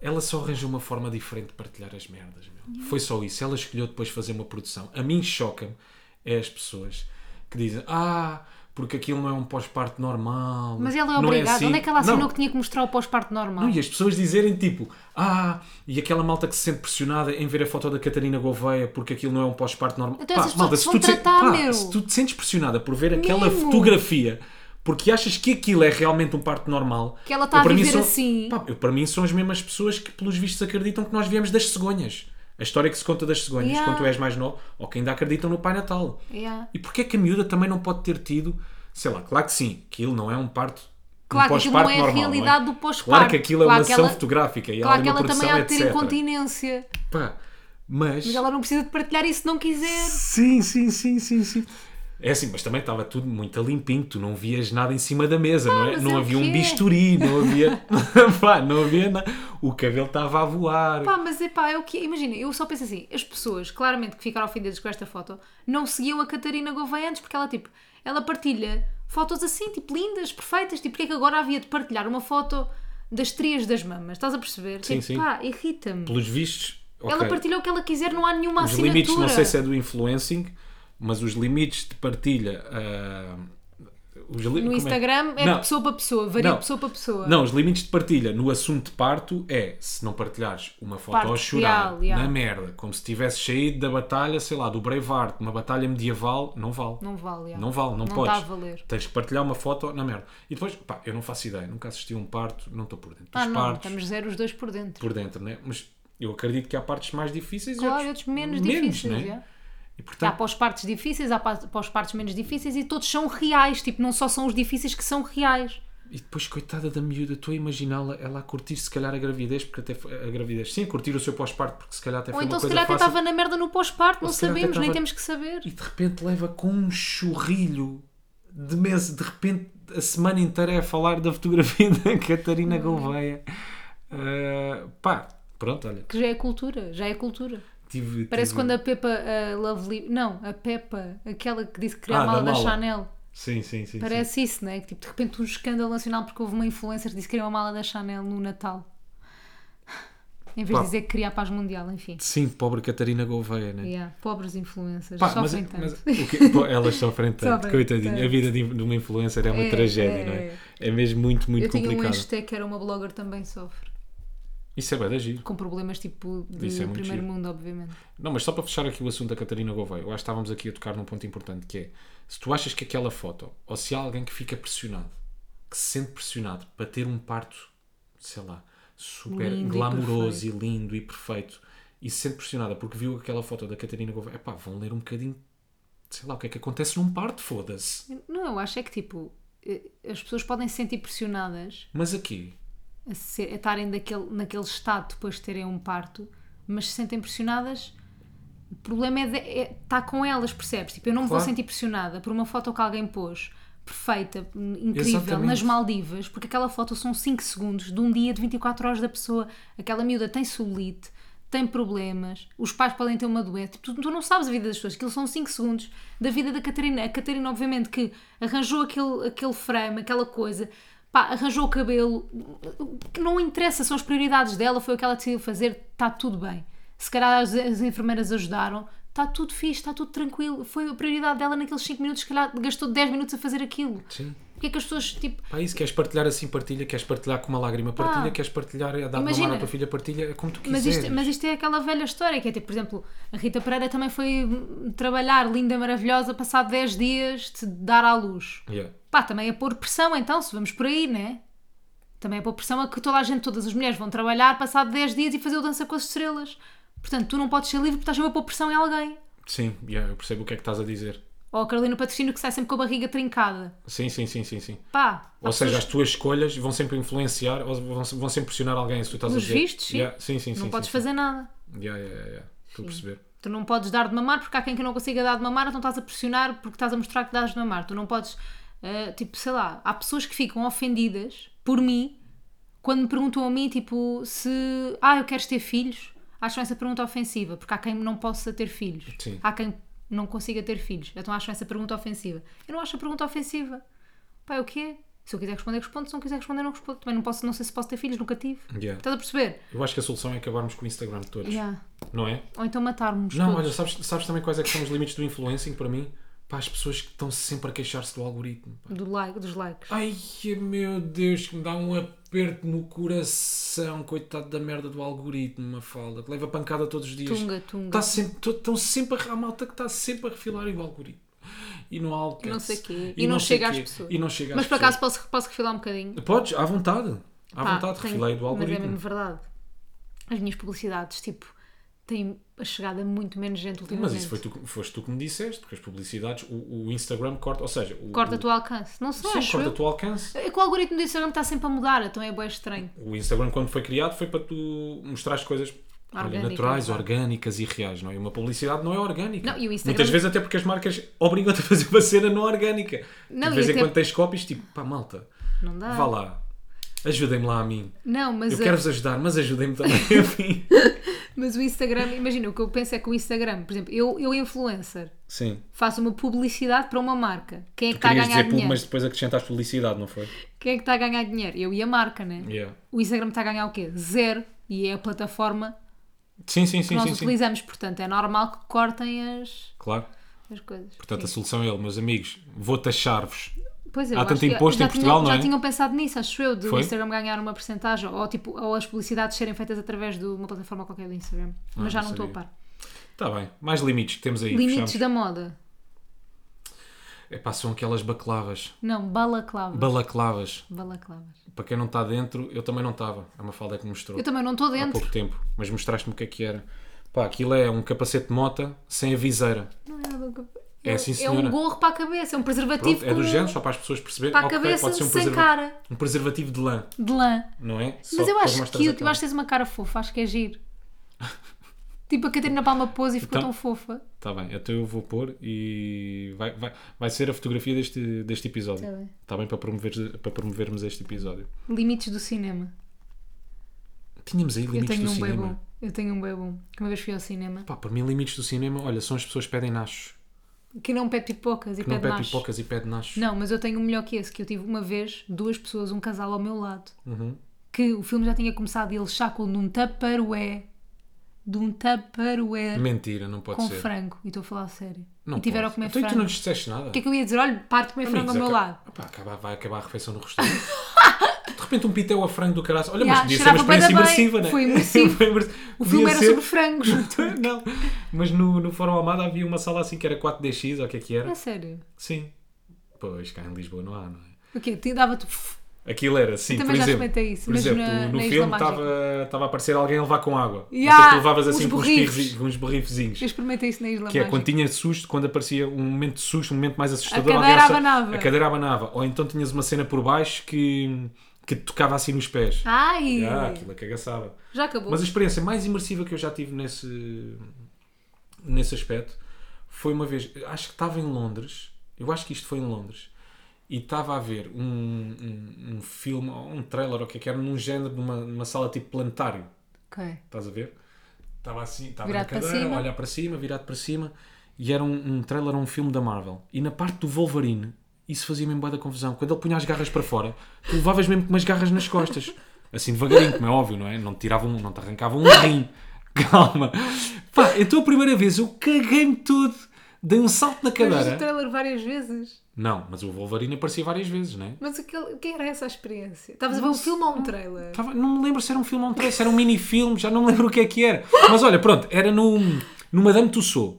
ela só arranjou uma forma diferente de partilhar as merdas, meu. Foi só isso. Ela escolheu depois fazer uma produção. A mim choca-me é as pessoas que dizem, ah, porque aquilo não é um pós-parto normal.
Mas ela é
não
obrigada.
assim."
Onde é que ela assinou
Não,
que tinha que mostrar o pós-parto normal?
não, e as pessoas dizerem tipo, ah, e aquela malta que se sente pressionada em ver a foto da Catarina Gouveia porque aquilo não é um pós-parto normal.
Então
Pá,
essas pessoas que
malta,
se
se tu,
vão
te-
tratar,
pá,
meu.
se tu te sentes pressionada por ver aquela
Mimo.
fotografia porque achas que aquilo é realmente um parto normal,
Que ela está
eu,
a
para mim,
viver
são-
assim.
pá, eu, para mim são as mesmas pessoas que, pelos vistos, acreditam que nós viemos das cegonhas. A história que se conta das cegonhas
Yeah.
quando tu és mais novo, ou que ainda acreditam no Pai Natal.
Yeah.
E porquê é que a miúda também não pode ter tido, sei lá, claro que sim, aquilo não é um parto. um
Claro que aquilo não
pós-parto
é a
normal, não
realidade do pós-parto.
Claro que aquilo é
Claro
uma
que
ação
ela-
fotográfica e
Claro
há
que
ali é uma
ela também há
produção,
de ter
etc.
incontinência.
Pá, mas...
Mas ela é não precisa de partilhar isso se não quiser.
Sim, sim, sim, sim, sim. É assim, mas também estava tudo muito limpinho, tu não vias nada em cima da mesa, não é?
mas
Não
é o
havia
que
um
é.
bisturi, não havia. *laughs* Pá, não havia nada. O cabelo estava a voar.
Pá, mas é pá, é o que. Imagina, eu só penso assim: as pessoas, claramente, que ficaram ofendidas com esta foto, não seguiam a Catarina Gouveia antes, porque ela, tipo, ela partilha fotos assim, tipo, lindas, perfeitas. Tipo, porque é que agora havia de partilhar uma foto das trias das mamas? Estás a perceber?
Sim,
tipo,
sim.
pá, irrita-me.
Pelos vistos,
Ela
ok,
partilha o que ela quiser, não há nenhuma
os
assinatura.
limites, não sei se é do influencing, mas os limites de partilha. ah, os li- como
No
é?
Instagram é, de
Não,
pessoa para pessoa, varia
Não.
de pessoa para pessoa.
Não, os limites de partilha no assunto de parto é se não partilhares uma foto
Parto
ao chorar,
real, yeah.
na merda, como se tivesse saído da batalha, sei lá, do Braveheart, uma batalha medieval, não vale.
Não vale. já.
Não vale, não,
Não
podes.
dá a valer.
Tens que partilhar uma foto na merda. E depois, pá, eu não faço ideia, nunca assisti a um parto, não estou por dentro. Dos
Ah, não,
partos,
estamos zero os dois por dentro.
por dentro, né? Mas eu acredito que há partes mais difíceis
Claro,
e
e outros menos, difíceis.
né?
já.
E
Há
portanto,
para os partes difíceis, há pa- para os partes menos difíceis e todos são reais. Tipo, não só são os difíceis que são reais.
e depois, coitada da miúda, estou a imaginá-la ela a curtir, se calhar, a gravidez, porque até foi- a gravidez, sim, a curtir o seu pós-parto, porque se calhar até
Ou
foi
então,
uma
se
coisa
calhar, até
fácil.
estava na merda no pós-parto, não
se calhar até
sabemos, nem
estava-
temos que saber.
E de repente leva com um chorrilho de mesa, de repente a semana inteira é a falar da fotografia *laughs* da Catarina
Uhum.
Gouveia. Ah, pá, pronto, olha.
Que já é cultura, já é cultura.
Tive,
Parece
tive-
quando a Peppa a Lovely. Não, a Peppa, aquela que disse que queria
Ah,
a mala da,
da mala.
Chanel.
Sim, sim, sim.
Parece isso, né? Que tipo, de repente um escândalo nacional porque houve uma influencer que disse que queria uma mala da Chanel no Natal. *laughs* Em vez
Pá.
de dizer que queria a paz mundial, enfim.
Sim, Sim, pobre Catarina Gouveia, né?
Yeah, Pobres influencers,
Pá, mas, é,
sofrem tanto. *laughs*
mas o que- pô, elas sofrem tanto,
Sofrem
coitadinha.
tanto.
A vida de de uma influencer é uma
É,
tragédia,
é,
não é?
é.
É mesmo muito, muito
Eu tinha um
complicado.
hashtag que era uma blogger também sofre.
Isso é bem de giro.
Com problemas tipo de
Isso é muito
primeiro
giro.
mundo, obviamente.
Não, mas só para fechar aqui o assunto da Catarina Gouveia, eu acho que estávamos aqui a tocar num ponto importante que é se tu achas que aquela foto, ou se há alguém que fica pressionado, que se sente pressionado para ter um parto, sei lá, super
Lindo e
glamouroso e, lindo e perfeito, e se sente pressionada porque viu aquela foto da Catarina Gouveia, pá, vão ler um bocadinho, sei lá, o que é que acontece num parto, foda-se.
Não, eu acho é que tipo, eh, as pessoas podem se sentir pressionadas
Mas aqui,
a, ser, a estarem daquele, naquele estado depois de terem um parto, mas se sentem pressionadas. O problema é estar é, tá com elas, percebes? Tipo, eu não me vou
Claro.
sentir pressionada por uma foto que alguém pôs perfeita, incrível,
Exatamente.
nas Maldivas, porque aquela foto são 5 segundos de um dia de 24 horas da pessoa. Aquela miúda tem solite, tem problemas, os pais podem ter uma doença. Tu, tu não sabes a vida das pessoas, aquilo são 5 segundos da vida da Catarina. A Catarina, obviamente, que arranjou aquele, aquele frame, aquela coisa. Pá, arranjou o cabelo, o que não interessa, são as prioridades dela, foi o que ela decidiu fazer, está tudo bem. Se calhar as, as enfermeiras ajudaram, está tudo fixe, está tudo tranquilo. Foi a prioridade dela naqueles 5 minutos, se calhar gastou 10 minutos a fazer aquilo.
Sim.
Porque é que as pessoas, tipo,
Pá, isso, queres partilhar assim, partilha, queres partilhar com uma lágrima, partilha, queres partilhar a dar uma
imagina.
mão para a filha, partilha, é como tu quiseres.
mas isto, mas isto é aquela velha história que é tipo, por exemplo, a Rita Pereira também foi hum, trabalhar, linda, maravilhosa, passado 10 dias de dar à luz.
Yeah.
Pá, também é pôr pressão então, se vamos por aí, né? Também é pôr pressão a que toda a gente, todas as mulheres vão trabalhar, passado 10 dias e fazer o Dança com as Estrelas. Portanto, tu não podes ser livre porque estás sempre a pôr pressão em alguém.
Sim, yeah, eu percebo o que é que estás a dizer.
Ou a Carolina Patrocínio que sai sempre com a barriga trincada.
Sim, sim, sim, sim, sim.
Pá, há
Ou seja,
pessoas-
as tuas escolhas vão sempre influenciar, ou vão, vão sempre pressionar alguém, se tu estás
Nos
a dizer.
vistos, sim.
Yeah, sim, sim,
não
sim,
podes
sim,
fazer nada.
sim. Yeah, yeah, yeah, yeah. Estou a perceber.
Tu não podes dar de mamar porque há quem que não consiga dar de mamar, então estás a pressionar porque estás a mostrar que dás de mamar. Tu não podes, eh, tipo, sei lá, há pessoas que ficam ofendidas por mim quando me perguntam a mim, tipo, se ah, eu queres ter filhos, acham essa pergunta ofensiva, porque há quem não possa ter filhos,
Sim.
há quem não consiga ter filhos, então acham essa pergunta ofensiva. Eu não acho a pergunta ofensiva. Pá, é o quê? Se eu quiser responder, respondo. Se não quiser responder, não respondo. Também não posso, não sei se posso ter filhos, nunca tive.
Yeah.
Estás a perceber?
Eu acho que a solução é acabarmos com o Instagram de todos,
Então Yeah.
não é?
Ou então matarmos.
Não,
todos.
olha, sabes, sabes também quais é que são os limites do influencing para mim? Para as pessoas que estão sempre a queixar-se do algoritmo. pá.
Do like, dos likes.
Ai meu Deus, que me dá um aperto no coração, coitado da merda do algoritmo, uma falda, que leva pancada todos os dias.
Tunga, tunga.
Tá sempre, tô- tão sempre a, a malta que está sempre a refilar o algoritmo. E não há alcance.
E não sei quê. E não
sei
chega às
quê.
pessoas.
E não chega
Mas
às
por
pessoas.
acaso posso, posso refilar um bocadinho?
Podes, à vontade. À
Pá,
vontade,
tenho-
refilei do
Mas é mesmo
algoritmo.
verdade. As minhas publicidades, tipo, têm a chegada muito menos gente ultimamente.
Mas isso foi tu, que- foste tu que me disseste, porque as publicidades, o, o Instagram corta, ou seja, o,
Corta
o,
o teu alcance. Não sei,
sim,
acho
corta
eu.
o teu alcance.
É que o algoritmo do Instagram está sempre a mudar, então é bem estranho.
O Instagram, quando foi criado, foi para tu mostrar as coisas olha,
Orgânicas,
naturais,
vá.
orgânicas e reais, não é? Uma publicidade não é orgânica.
Não, e o Instagram-
Muitas vezes até porque as marcas obrigam-te a fazer uma cena não orgânica.
Não,
de
e
vez em
até- Ah.
quando tens cópias, tipo, pá, malta,
Não dá.
vá lá, ajudem-me lá a mim.
Não, mas,
Eu
a-
quero-vos ajudar, mas
*laughs*
ajudem-me também a mim.
mas o Instagram, imagina, o que eu penso é que o Instagram, por exemplo, eu, eu influencer,
Sim.
faço uma publicidade para uma marca. Quem é que
Tu
está a ganhar
querias dizer público,
dinheiro?
mas depois acrescentaste publicidade, não foi?
Quem é que está a ganhar dinheiro? Eu e a marca, né?
Yeah.
O Instagram está a ganhar o quê? Zero. E é a plataforma
Sim, sim, sim,
nós
sim, sim.
utilizamos, portanto é normal que cortem as,
Claro.
as coisas.
Portanto, a solução é ele, meus amigos, vou taxar-vos.
Pois eu
há
acho
tanto
que
imposto
já
em Portugal,
tinham,
não
já
é?
tinham pensado nisso, acho eu, do
Foi?
Instagram ganhar uma porcentagem ou, tipo, ou as publicidades serem feitas através de uma plataforma qualquer do Instagram. Mas já
Ah, não
não estou a
sabia.
par.
Está Tá bem. Mais limites que temos aí.
Limites
fechamos.
da moda.
Epá, são aquelas baclavas.
Não, balaclavas.
Balaclavas.
balaclavas.
Para quem não está dentro, eu também não estava. A Mafalda é que me mostrou
Eu também não estou
há
dentro.
pouco tempo. Mas mostraste-me o que é que era. Pá, aquilo é um capacete de mota sem a viseira.
Não é nada que eu-
É, sim,
é um
senhora.
gorro para a cabeça, é um preservativo
Pronto, é do
com-
género, só para as pessoas perceberem.
para a
Ok,
cabeça
pode ser um
sem
preservativo-
cara.
Um preservativo de lã,
de lã.
não é?
Mas
Só
eu
depois
acho
mostras
cute, eu tipo,
aquela-
acho que tens uma cara fofa, acho que é
*laughs*
giro. tipo a Catarina Palma pôs e ficou
Então-
tão fofa.
Tá bem, então eu vou pôr e vai, vai, vai ser a fotografia deste, deste episódio.
Tá bem.
Tá bem para, promover, para promovermos este episódio.
Limites do cinema.
Tínhamos aí
Eu
limites
tenho
do
um bem
cinema.
bom. Eu tenho um bem bom. Que uma vez fui ao cinema.
Pá, para mim, limites do cinema, olha, são as pessoas que pedem nachos.
Que não pede pipocas e
Que não
pede,
pedem
nachos.
pipocas e pedem nachos.
Não, mas eu tenho um melhor que esse. Que eu tive uma vez duas pessoas, um casal ao meu lado.
Uhum.
Que o filme já tinha começado e eles sacam de um tupperware. De um tupperware
Mentira, não pode
com
ser.
frango. E estou a falar a sério.
Não
e tiveram
pode.
a comer
então, e
frango.
tu não
O
lhes disseste nada.
que é que eu ia dizer? Olha, parte de comer frango
Amigos,
ao meu
acaba-
lado.
Pá, acaba- vai acabar a refeição
*laughs*
no restaurante. De repente um pitel a frango do caralho. Olha,
Yeah,
mas podia ser uma
cheirava bué da
experiência imersiva,
bem.
não é?
Foi
*laughs*
imersivo. O filme era sobre
sobre *laughs*
frangos.
não, mas no, no Fórum Almada havia uma sala assim que era 4DX, ou o que é que era?
É sério.
Sim. Pois, cá em Lisboa não há, não é?
O quê? Te Dava-te. *laughs* f-
Aquilo era, sim,
também
por
já
exemplo,
experimentei isso,
por
mas
exemplo
na-
no
na Isla
filme
Mágica.
estava estava a aparecer alguém a levar com água.
Yeah,
Então tu levavas
uns
assim com uns,
borrifes.
pirres- com uns borrifezinhos.
Eu experimentei isso na Isla
Que é
Mágica.
quando tinha susto, quando aparecia um momento de susto, um momento mais assustador.
A
alguém
cadeira
alça-
abanava.
A cadeira abanava. Ou então tinhas uma cena por baixo que, que te tocava assim nos pés.
Ai!
Ah, aquilo cagaçava.
Já acabou.
Mas a experiência mais imersiva que eu já tive nesse, nesse aspecto foi uma vez, acho que estava em Londres, eu acho que isto foi em Londres, e estava a ver um, um, um filme, ou um trailer, ou o que é que era, num género, numa, numa sala tipo planetário.
Ok.
Estás a ver? Estava assim, estava na
Virado para
cadeira,
cima.
a olhar para cima, virado para cima. E era um, um trailer, a um filme da Marvel. E na parte do Wolverine, isso fazia mesmo boa da confusão. Quando ele punha as garras para fora, tu levavas mesmo com umas garras nas costas. Assim devagarinho, como é óbvio, não é? Não te tiravam, não te arrancavam um rim. *laughs* Calma. Pá, então a primeira vez eu caguei-me todo. Dei um salto na
Mas então- o
cadeira.
trailer várias vezes.
Não, mas o Wolverine aparecia várias vezes, não é?
Mas o que, o que era essa experiência? Estavas a ver um filme ou um trailer?
Tava- não me lembro se era um filme ou um trailer, se era um mini-filme, já não me lembro o que é que era. Mas olha, pronto, era no, no Madame Tussauds.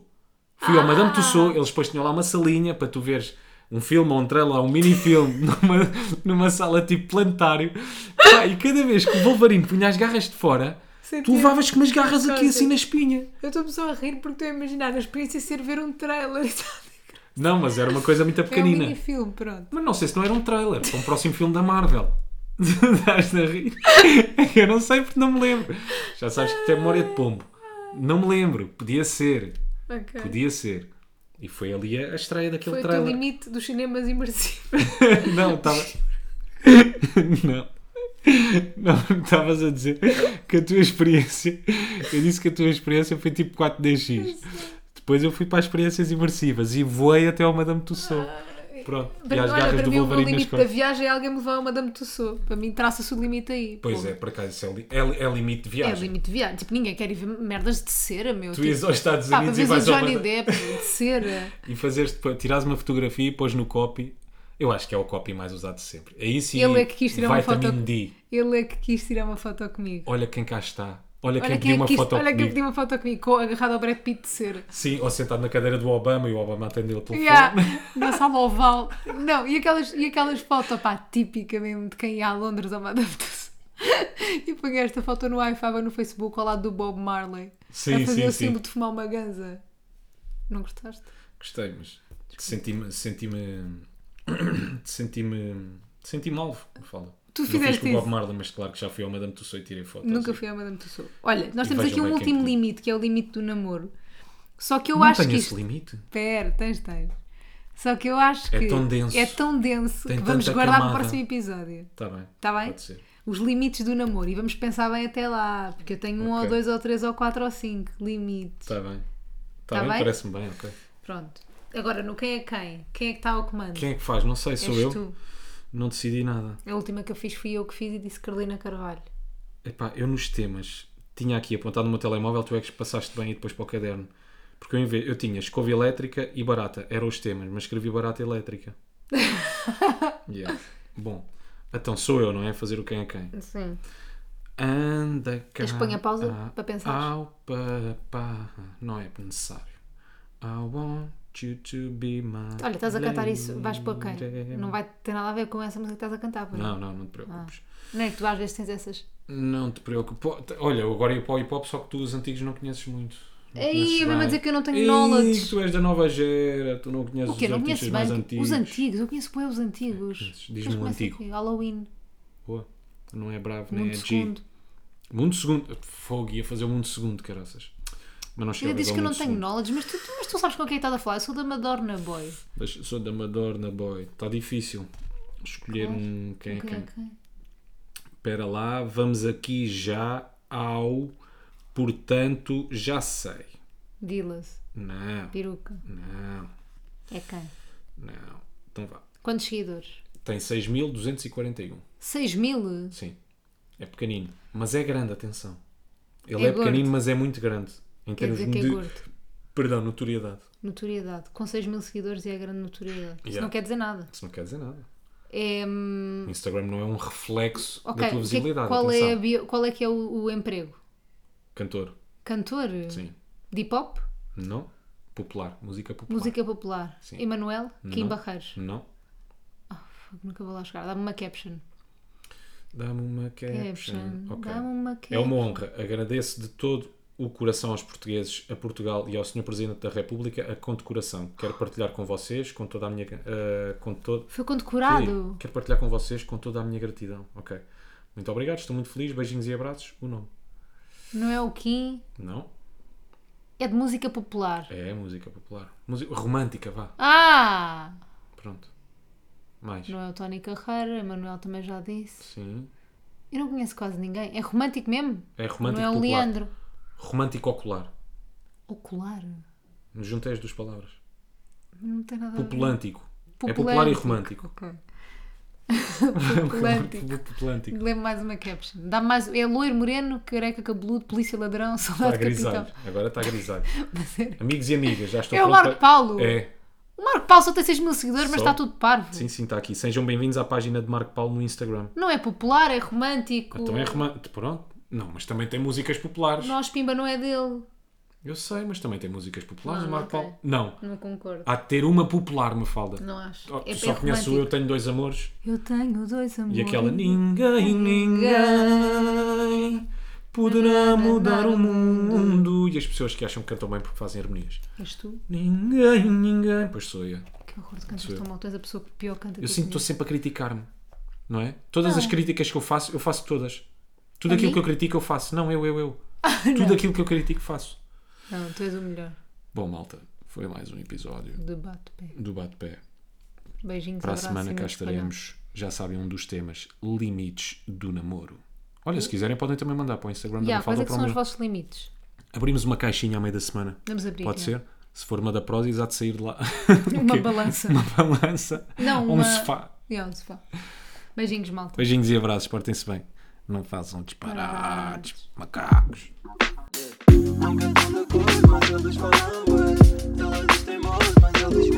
Fui ao Madame Tussauds, eles depois tinham lá uma salinha para tu veres um filme ou um trailer ou um mini-filme *laughs* numa, numa sala tipo planetário. Pá, e cada vez que o Wolverine punha as garras de fora, tu
Sentia-
levavas com umas garras aqui
Costas.
assim na espinha.
Eu estou-me só a rir porque estou a imaginar a experiência ser ver um trailer. *laughs*
Não, mas era uma coisa muito
É um
pequenina.
mini-filme, pronto.
Mas não sei se não era um trailer para um próximo filme da Marvel. *laughs* Estás-te a rir? Eu não sei porque não me lembro. Já sabes que tem memória de pombo. Não me lembro. Podia ser.
Ok.
Podia ser. E foi ali a a estreia daquele
Foi o teu
trailer.
limite dos cinemas imersivos.
não, estava. *laughs* não. Não, estavas a dizer que a tua experiência. Eu disse que a tua experiência foi tipo 4DX. Depois eu fui para as experiências imersivas e voei até ao Madame Tussauds. Pronto.
*laughs*
E
Para,
às
mim, olha,
garras
Ah, para
do
mim, o meu
Wolverine nas
limite
costas.
da viagem é alguém me levar a Madame Tussauds. Para mim, traça-se o limite aí.
Pois
pô.
é, por acaso, isso é, li- é, é limite de
É
viagem.
limite de viagem. Tipo, ninguém quer ir ver merdas de cera, meu.
Tu
tipo,
ias aos Estados
pá, para
Unidos e
ver o
vais ao
Johnny
Madame...
Depp de cera.
E fazeres, depois- tirares uma fotografia e pôs no copy. Eu acho que é o copy mais usado sempre. É isso e
Ele é que quis tirar uma foto-
vitamin D.
Ele é que quis tirar uma foto comigo.
Olha quem cá está. Olha,
Olha
quem
quem,
pediu
é que
uma
quis-
foto
olha quem
comigo.
pediu uma foto comigo, com- agarrado ao Brad Pitt de cera.
Sim, ou sentado na cadeira do Obama e o Obama atendeu o telefone.
Yeah, *laughs* na sala oval. Não, e aquelas, e aquelas fotos, pá, típica mesmo de quem ia a Londres ou *laughs* Madame Tussauds. E punha esta foto no iFab ou no Facebook ao lado do Bob Marley.
*laughs* Sim,
a fazer
sim,
o
sim.
símbolo de fumar uma ganza. Não gostaste?
Gostei, mas senti-me... Senti-me... *coughs* Senti-me... Senti-me alvo, fala.
Tu
Não
fizeste
fiz com o Bob
isso.
Marley, mas claro que já fui ao Madame Tussauds e tirei fotos.
Nunca fui a Madame Tussauds. Olha, nós
é. E
temos aqui um
vejam bem quem
último
pediu.
limite, que é o limite do namoro. Só que eu
Não
acho
tenho
que
esse
isto...
limite.
Espera, tens, tens. Só que eu acho que...
É tão denso.
É tão denso
Tem
que vamos
tanta
guardar para
camada.
o próximo episódio.
Está Tá bem.
Está bem?
Pode ser.
Os limites do namoro. E vamos pensar bem até lá. Porque eu tenho um ou
Ok.
dois ou três ou quatro ou cinco limites.
Está bem. Está
Tá
bem?
bem?
Parece-me bem, ok.
Pronto. Agora, no quem é quem? Quem é que está ao comando?
Quem é que faz? Não sei, sou
És
eu.
tu.
Não decidi nada.
A última que eu fiz fui eu que fiz e disse Carolina Carvalho.
Epá, eu nos temas tinha aqui apontado no meu telemóvel, tu é que passaste bem e depois para o caderno. Porque eu, em vez- eu tinha escova elétrica e barata, eram os temas, mas escrevi
*laughs*
barata elétrica. Yeah. Bom, então sou eu, não é? Fazer o quem é quem.
Sim.
Anda cá.
Tens que pôr a pausa
ah,
para pensares.
Ao papá. Não é necessário. I want you to be my.
Olha, estás a cantar isso.
lady.
Vais para quem? Não vai ter nada a ver com essa música que estás a cantar. pois
Não, não, não te preocupes.
Não é que tu às vezes tens essas.
Não te preocupes. Olha, eu agora ia para o hip hop, só que tu os antigos não conheces muito. Não
Ei,
conheces
é mesmo a
bem.
dizer que eu não tenho
Ei,
knowledge.
Tu és da nova gera, tu não conheces
O quê?
os
Não conheces
artistas mais
bem
antigos.
os antigos? Eu conheço bem os antigos.
Conheces. Diz-me
Mas
um
começa
antigo.
aqui, Halloween,
Boa. Não é bravo, nem
Mundo
é G.
Segundo.
Mundo segundo. Fogo, ia fazer o mundo segundo, caraças. Mas não
Ainda
chegavas
dizes
ao
que eu não
mundo
tenho
segundo.
knowledge, mas tu, mas tu sabes com quem é estás a falar. Eu sou da Madonna Boy.
Mas sou da Madonna, boy. Está difícil escolher
Claro.
um quem é
Quem é
quem.
quem?
Espera lá, vamos aqui já ao. Portanto, já sei.
Dilas,
Não,
peruca.
não,
É quem?
não. Então vá.
Quantos seguidores?
Tem 6.241.
6 mil?
Sim. É pequenino. Mas é grande, atenção. Ele
É
é,
gordo.
pequenino, mas é muito grande. Em
Quer
termos
dizer que é
de.
gordo.
Perdão, notoriedade.
Notoriedade. Com 6 mil seguidores e é grande notoriedade. Isso
Yeah.
não quer dizer nada.
Isso não quer dizer nada.
É. hum,
O Instagram não é um reflexo
Ok, o
da tua
que é-
visibilidade.
qual, é a
atenção.
bio- qual é que é o, o emprego?
Cantor.
Cantor?
Sim.
De hip hop?
Não. Popular. Música popular.
Música popular?
Sim. Uhum.
Emanuel? Kim
Não.
Barreiros?
Não.
Fogo, Nunca vou lá chegar. Dá-me uma caption.
Dá-me uma caption.
Caption.
Ok.
Dá-me uma caption.
É uma honra. Agradeço de todo o coração aos portugueses, a Portugal e ao Sr. Presidente da República a condecoração. Quero partilhar com vocês, com toda a minha. eh, com todo,
Foi
Sim,
condecorado.
quero partilhar com vocês com toda a minha gratidão. Ok. Muito obrigado, estou muito feliz. Beijinhos e abraços. O nome.
Não é o Kim?
Não?
É de música popular.
É música popular. Música romântica, vá.
Ah!
Pronto. Mais.
Não é o Tony Carreira, Emanuel também já disse.
Sim.
Eu não conheço quase ninguém. É romântico mesmo?
É romântico
não é o
popular.
Leandro.
Romântico ocular.
Ocular.
Juntei as duas palavras.
Não tem nada
Populântico.
a ver.
É popular e romântico. *laughs*
Ok. Populântico.
Populântico.
Lembro mais uma caption. Dá mais... É loiro, moreno, careca, cabeludo, polícia, ladrão, *laughs*
Está
soldado,
grisalho.
capitão.
Agora está grisalho.
Mas é-
Amigos e amigas, já estou
É o
pronto
Marco
para-
Paulo.
É,
O Marco Paulo só tem 6 mil seguidores, mas
Só?
está tudo parvo.
sim, sim, está aqui. Sejam bem-vindos à página de Marco Paulo no Instagram.
Não é popular, é romântico.
Então é romântico. Pronto. Não, mas também tem músicas populares.
Nós Pimba não é dele.
Eu sei, mas também tem músicas populares.
Não,
o Marco
não
Paulo. Não.
Não concordo.
Há de ter uma popular, me falda.
Não acho.
Ah, Oh,
é
tu só
bem
conheço o Eu
romântico.
Tenho Dois Amores
Eu tenho dois amores.
e aquela Ninguém, ninguém poderá mudar o mundo. E as pessoas que acham que cantam bem porque fazem harmonias.
És tu?
Ninguém, ninguém. Pois sou eu.
Que horror de cantas
Sou eu.
tão mal. Tu és a pessoa que pior canta.
Eu
que
sinto que estou
conheço.
sempre a criticar-me, não é? Todas as
Não.
críticas que eu faço, eu faço todas. Tudo
Ah. A
aquilo
mim? Ah,
que eu critico, eu faço. Não, eu,
*laughs*
eu, eu. Tudo aquilo que eu critico, faço.
Não, tu és o melhor.
Bom, malta, foi mais um episódio
De bate-pé.
do Bate-Pé.
Beijinhos,
Para a
abraço e
semana cá
muito espalhado.
estaremos, já sabem, um dos temas, limites do namoro. Olha, se quiserem podem também mandar para o Instagram da
Ya, quais é
Mafalda ou
que
para o
são os
meu.
vossos limites?
Abrimos uma caixinha ao meio da semana.
Vamos abrir.
Pode
ya.
ser? Se for uma da Prozis, há de sair de lá. *laughs*
Uma
O quê? *laughs*
balança.
Uma balança.
Não,
Ou um
uma-
sofá.
Ya, um sofá. Beijinhos, malta.
Beijinhos e abraços, portem-se bem. Não façam disparates, macacos.
Nunca tão de acordo, mas eles falam bué. Todos têm moços, mas eles